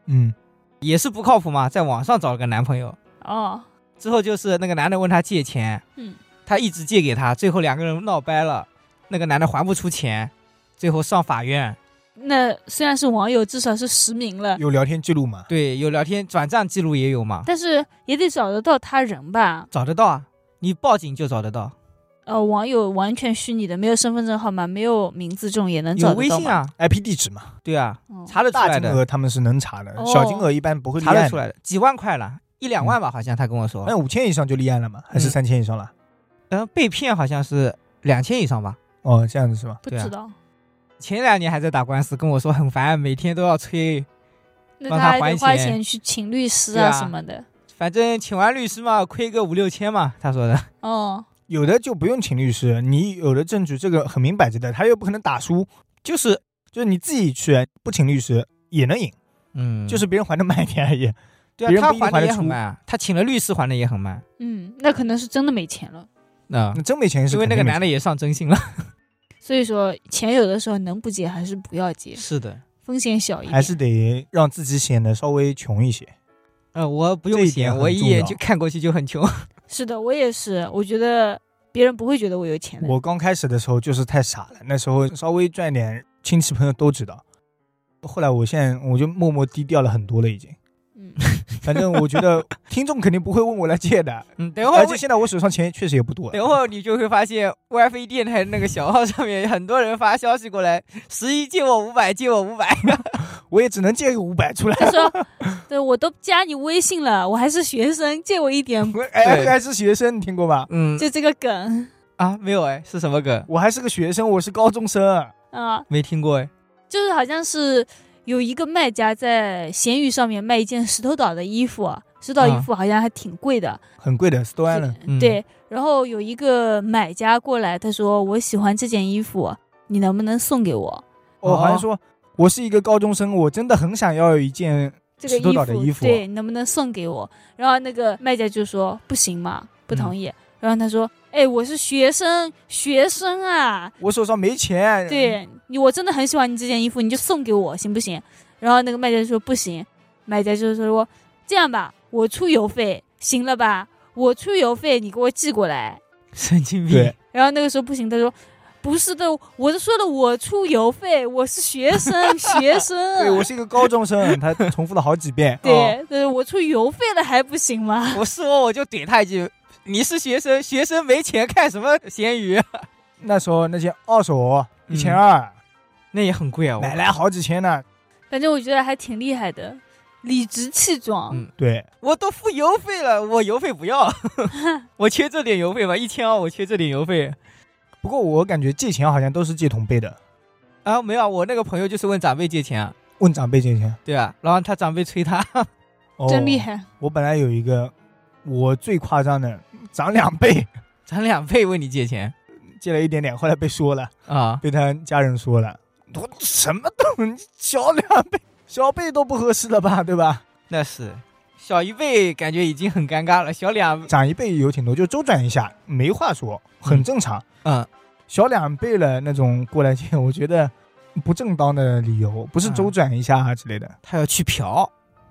[SPEAKER 1] 嗯，
[SPEAKER 3] 也是不靠谱嘛，在网上找了个男朋友，
[SPEAKER 2] 哦，
[SPEAKER 3] 之后就是那个男的问她借钱，
[SPEAKER 2] 嗯，
[SPEAKER 3] 她一直借给他，最后两个人闹掰了，那个男的还不出钱，最后上法院，
[SPEAKER 2] 那虽然是网友，至少是实名了，
[SPEAKER 1] 有聊天记录吗？
[SPEAKER 3] 对，有聊天转账记录也有嘛，
[SPEAKER 2] 但是也得找得到他人吧？
[SPEAKER 3] 找得到啊，你报警就找得到，
[SPEAKER 2] 呃，网友完全虚拟的，没有身份证号码，没有名字，这种也能
[SPEAKER 3] 有
[SPEAKER 2] 找
[SPEAKER 3] 微
[SPEAKER 2] 得到
[SPEAKER 3] 信
[SPEAKER 2] 吗？
[SPEAKER 3] 啊，
[SPEAKER 1] ，IP 地址嘛，
[SPEAKER 3] 对啊，
[SPEAKER 2] 哦
[SPEAKER 3] 查得出
[SPEAKER 1] 大
[SPEAKER 3] 来
[SPEAKER 1] 金
[SPEAKER 3] 的，
[SPEAKER 1] 额他们是能查的，
[SPEAKER 2] 哦
[SPEAKER 1] 小金额一般不会立
[SPEAKER 3] 查得
[SPEAKER 1] 案
[SPEAKER 3] 出。来的，几万块了，一两万吧，好像他跟我说，
[SPEAKER 1] 那五千以上就立案了嘛？还是
[SPEAKER 3] 嗯
[SPEAKER 1] 三千以上了？
[SPEAKER 3] 嗯，被骗好像是两千以上吧。
[SPEAKER 1] 哦，这样子是吧？
[SPEAKER 2] 不
[SPEAKER 3] 对啊
[SPEAKER 2] 知道。
[SPEAKER 3] 前两年还在打官司，跟我说很烦，每天都要催，
[SPEAKER 2] 那
[SPEAKER 3] 帮
[SPEAKER 2] 他
[SPEAKER 3] 他
[SPEAKER 2] 还
[SPEAKER 3] 还
[SPEAKER 2] 得花
[SPEAKER 3] 钱
[SPEAKER 2] 钱去请律师
[SPEAKER 3] 对啊
[SPEAKER 2] 啊什么的。
[SPEAKER 3] 反正请完律师嘛，亏个五六千嘛，他说的。
[SPEAKER 2] 哦，
[SPEAKER 1] 有的就不用请律师，你有的证据这个很明摆着的，他又不可能打输，
[SPEAKER 3] 就是，
[SPEAKER 1] 就是你自己去不请律师也能赢，
[SPEAKER 3] 嗯，
[SPEAKER 1] 就是别人还的慢一点而已。
[SPEAKER 3] 对
[SPEAKER 1] 别
[SPEAKER 3] 啊，
[SPEAKER 1] 人
[SPEAKER 3] 他
[SPEAKER 1] 不一定
[SPEAKER 3] 还
[SPEAKER 1] 还
[SPEAKER 3] 的
[SPEAKER 1] 得
[SPEAKER 3] 也很
[SPEAKER 1] 出嗯
[SPEAKER 3] 慢啊，他请了律师还的也很慢。啊
[SPEAKER 2] 嗯，那可能是真的没钱了。
[SPEAKER 3] 那、
[SPEAKER 1] 那真没钱是
[SPEAKER 3] 因为那个男
[SPEAKER 1] 的
[SPEAKER 3] 的也上征信了。
[SPEAKER 2] 所以说，钱有的时候能不借还是不要借，
[SPEAKER 3] 是的，
[SPEAKER 2] 风险小一点。
[SPEAKER 1] 还是得让自己显得稍微穷一些。
[SPEAKER 3] 嗯、我不
[SPEAKER 1] 这
[SPEAKER 3] 用
[SPEAKER 1] 一点
[SPEAKER 3] 钱，
[SPEAKER 1] 很
[SPEAKER 3] 我一
[SPEAKER 1] 重
[SPEAKER 3] 眼
[SPEAKER 1] 要
[SPEAKER 3] 就看过去就很穷。
[SPEAKER 2] 是的，我也是，我觉得别人不会觉得我有钱的。
[SPEAKER 1] 我刚开始的时候就是太傻了，那时候稍微赚点，亲戚朋友都知道。后来我现在我就默默低调了很多了，已经。
[SPEAKER 2] 嗯，
[SPEAKER 1] 反正我觉 得听众肯定不会问我来借的，
[SPEAKER 3] 嗯，等会儿
[SPEAKER 1] 而
[SPEAKER 3] 我
[SPEAKER 1] 且现在我手上钱确实也不多。
[SPEAKER 3] 等会儿你就会发现 WiFi 电台那个小号上面很多人发消息过来，十一借我五百，借我五百。
[SPEAKER 1] 我也只能借个五百出来。
[SPEAKER 2] 他说：“对我都加你微信了，我还是学生，借我一 点。
[SPEAKER 1] 哎，还是学生，你听过吧？
[SPEAKER 3] 嗯”
[SPEAKER 2] 就这个梗
[SPEAKER 3] 啊，没有哎，是什么梗？
[SPEAKER 1] 我还是个学生，我是高中生。
[SPEAKER 2] 啊，
[SPEAKER 3] 没听过哎。
[SPEAKER 2] 就是好像是有一个卖家在闲鱼上面卖一件石头岛的衣服啊，石头岛衣服好像还挺贵的，
[SPEAKER 1] 很贵的 Stone Island，
[SPEAKER 3] 嗯
[SPEAKER 2] 对。然后有一个买家过来，他说：“我喜欢这件衣服，你能不能送给我
[SPEAKER 1] 我哦好像
[SPEAKER 2] 哦
[SPEAKER 3] 哦
[SPEAKER 1] 说，我是一个高中生，我真的很想要有一件，
[SPEAKER 2] 这个
[SPEAKER 1] 石头岛的衣服
[SPEAKER 2] 对，你能不能送给我？”然后那个卖家就说：“不行嘛，
[SPEAKER 1] 嗯
[SPEAKER 2] 不同意。然后他说：“哎，我是学生，学生啊，
[SPEAKER 1] 我手上没钱。，
[SPEAKER 2] 对你，我真的很喜欢你这件衣服，你就送给我行不行？然后那个卖家就说不行，卖家就说这样吧，我出邮费，行了吧？我出邮费，你给我寄过来。
[SPEAKER 3] 神经
[SPEAKER 1] 对
[SPEAKER 3] 病。
[SPEAKER 2] 然后那个时候不行，他说不是的，我是说的我出邮费，我是学 生，学
[SPEAKER 1] 对我
[SPEAKER 2] 生。
[SPEAKER 1] 是一个高中 生，他重复了好几遍。哦
[SPEAKER 2] 对对，我出邮费了还不行吗？
[SPEAKER 3] 我是我我就怼他一句：“你是学生，学生没钱看什么咸鱼
[SPEAKER 1] 那时候那些二手哦
[SPEAKER 3] 嗯
[SPEAKER 1] 一千二，？”
[SPEAKER 3] 那也很
[SPEAKER 2] 哦
[SPEAKER 3] 贵啊，我
[SPEAKER 1] 买来好几千呢。
[SPEAKER 2] 反正我觉得还挺厉害的，理直气壮。
[SPEAKER 3] 嗯
[SPEAKER 1] 对，
[SPEAKER 3] 我都付邮费了，我邮费不要， 我缺这点邮费吧，一千二我缺这点邮费
[SPEAKER 1] 不过我感觉借钱好像都是借同辈的，
[SPEAKER 3] 啊，没有啊，我那个朋友就是问长辈借钱啊，
[SPEAKER 1] 问长辈借钱，
[SPEAKER 3] 对啊，然后他长辈催他，
[SPEAKER 1] 哦
[SPEAKER 2] 真厉。害！
[SPEAKER 1] 我本来有一个，我最夸张的，涨两倍，
[SPEAKER 3] 咱两倍问你借钱
[SPEAKER 1] 借了一点点，后来被说了，
[SPEAKER 3] 啊，
[SPEAKER 1] 被他家人说了，我什么都你小两倍，小倍都不合适了吧，对吧？
[SPEAKER 3] 那是小一辈感觉已经很尴尬了，小两
[SPEAKER 1] 涨一倍有挺多，就周转一下，没话说，很正常。
[SPEAKER 3] 嗯
[SPEAKER 1] 小两倍了那种过来借，我觉得不正当的理由，不是周转一下啊之类的，
[SPEAKER 3] 他要去嫖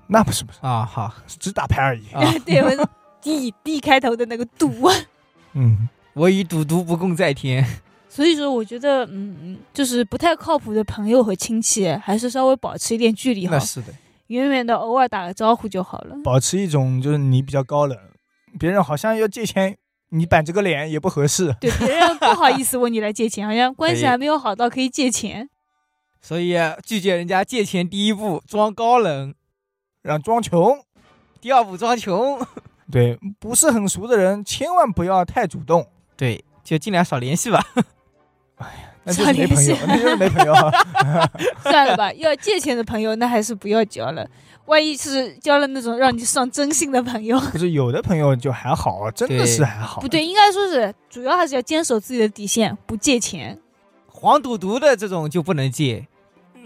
[SPEAKER 1] 那不是不是，
[SPEAKER 3] 啊，好
[SPEAKER 1] 是只打牌而已。
[SPEAKER 3] 啊，
[SPEAKER 2] 对，我是 D D 开头的那个 赌。
[SPEAKER 1] 嗯，
[SPEAKER 3] 我与赌毒不共戴天，
[SPEAKER 2] 所以说，我觉得，嗯，嗯，就是不太靠谱的朋友和亲戚，还是稍微保持一点距离好
[SPEAKER 3] 那，是哦的，
[SPEAKER 2] 远远的偶尔打个招呼就好了。
[SPEAKER 1] 保持一种就是你比较高冷，别人好像要借钱，你板着个脸也不合适。
[SPEAKER 2] 对别人不好意思问你来借 钱，好像关
[SPEAKER 3] 可
[SPEAKER 2] 系
[SPEAKER 3] 以
[SPEAKER 2] 还没有好到可以借钱。
[SPEAKER 3] 所以啊拒绝人家借钱第一步装高冷，
[SPEAKER 1] 让装穷，
[SPEAKER 3] 第二步装穷，
[SPEAKER 1] 对，不是很熟的人千万不要太主动，
[SPEAKER 3] 对，就尽量少联系吧。
[SPEAKER 1] 那就是没朋友
[SPEAKER 2] 少联系，
[SPEAKER 1] 那就是没 朋友。
[SPEAKER 2] 算了吧，要借钱的朋友那还是不要交了，万一是交了那种让你上真心的朋友，
[SPEAKER 1] 不是有的朋友就还好，真的是还好。
[SPEAKER 2] 不对，，应该说是主要还是要坚守自己的底线，不借钱。
[SPEAKER 3] 黄赌毒的这种就不能借，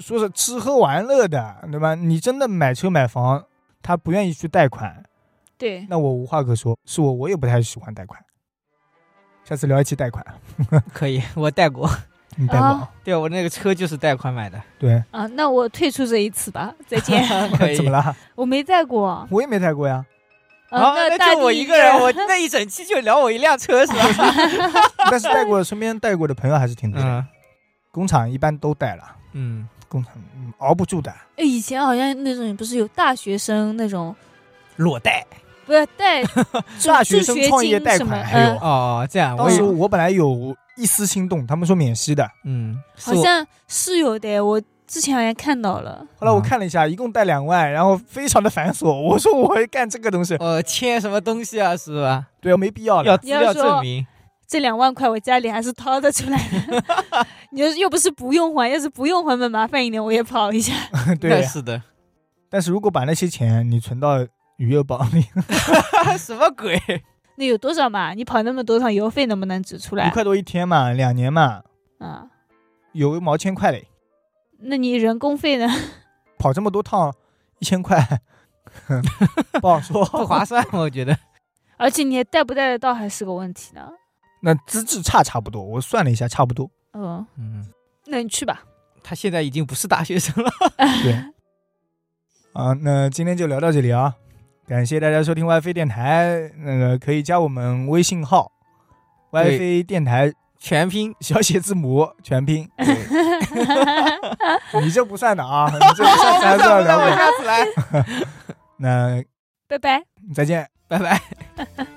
[SPEAKER 1] 说是吃喝玩乐的，对吧？你真的买车买房，他不愿意去贷款，
[SPEAKER 2] 对，
[SPEAKER 1] 那我无话可说，是我我也不太喜欢贷款。下次聊一期贷款，
[SPEAKER 3] 可以，我贷过，
[SPEAKER 1] 你贷过？
[SPEAKER 2] 啊
[SPEAKER 3] 对我那个车就是贷款买的，
[SPEAKER 1] 对，
[SPEAKER 2] 啊，那我退出这一次吧，再见。
[SPEAKER 3] 啊 可以
[SPEAKER 1] 怎么。啦？
[SPEAKER 2] 我没带过，
[SPEAKER 1] 我也没贷过呀，
[SPEAKER 2] 呃、
[SPEAKER 3] 啊，
[SPEAKER 2] 大
[SPEAKER 3] 那就我
[SPEAKER 2] 地
[SPEAKER 3] 一个人，我那一整期就聊我一辆车是吧？
[SPEAKER 1] 但是贷过，身边贷过的朋友还是挺多的。
[SPEAKER 3] 嗯
[SPEAKER 1] 工厂一般都贷了，
[SPEAKER 3] 嗯，
[SPEAKER 1] 工厂、嗯熬不住的。
[SPEAKER 3] 啊
[SPEAKER 2] 哎以前好像那种不是有大学生那种，
[SPEAKER 3] 裸贷
[SPEAKER 2] 不是 带
[SPEAKER 1] 大学生创业贷
[SPEAKER 2] 什么
[SPEAKER 1] 款还有
[SPEAKER 2] 呃，
[SPEAKER 3] 哦，这样我
[SPEAKER 1] 当
[SPEAKER 3] 也
[SPEAKER 1] 时我本来有一丝心动，他们说免息的，
[SPEAKER 3] 嗯，是
[SPEAKER 2] 好
[SPEAKER 3] 我
[SPEAKER 2] 像是有的，我之前好像看到了。
[SPEAKER 1] 后来我
[SPEAKER 3] 啊
[SPEAKER 1] 看了一下，一共贷两万，然后非常的繁琐。我说我会干这个东西，
[SPEAKER 3] 呃签什么东西啊，是吧？
[SPEAKER 1] 对，没必要
[SPEAKER 3] 要
[SPEAKER 1] 了。
[SPEAKER 3] 资料证明，
[SPEAKER 2] 这两万块我家里还是掏得出来的， 你又又不是不用还，要是不用还嘛，麻烦一点我也跑一下。
[SPEAKER 3] 那
[SPEAKER 1] 对，
[SPEAKER 3] 是的，
[SPEAKER 1] 但是如果把那些钱你存到余额宝里，
[SPEAKER 3] 什么鬼？
[SPEAKER 2] 那有多少嘛？你跑那么多趟邮费能不能指出
[SPEAKER 1] 一
[SPEAKER 2] 来？
[SPEAKER 1] 块多一天嘛，两年嘛，
[SPEAKER 2] 啊，
[SPEAKER 1] 有一毛千块嘞，
[SPEAKER 2] 那你人工费呢？
[SPEAKER 1] 跑这么多趟，一千块， 不好说，
[SPEAKER 3] 不划算，我觉得。
[SPEAKER 2] 而且你还带不带得到还是个问题呢。
[SPEAKER 1] 那资质差差不多，我算了一下，差不多。
[SPEAKER 2] 嗯，
[SPEAKER 3] 嗯，
[SPEAKER 2] 那你去吧。
[SPEAKER 3] 他现在已经不是大学生了。
[SPEAKER 1] 对，啊，那今天就聊到这里啊，感谢大家收听 WiFi 电台，那个可以加我们微信号
[SPEAKER 3] 对
[SPEAKER 1] ，WiFi 电台
[SPEAKER 3] 全拼，
[SPEAKER 1] 小写字母全拼，你这不算的啊，你这不算，咱
[SPEAKER 3] 哦不
[SPEAKER 1] 不要聊
[SPEAKER 3] 算不算，我
[SPEAKER 1] 过。
[SPEAKER 3] 下次来，
[SPEAKER 1] 那
[SPEAKER 2] 拜拜。
[SPEAKER 1] 再见。
[SPEAKER 3] 拜拜。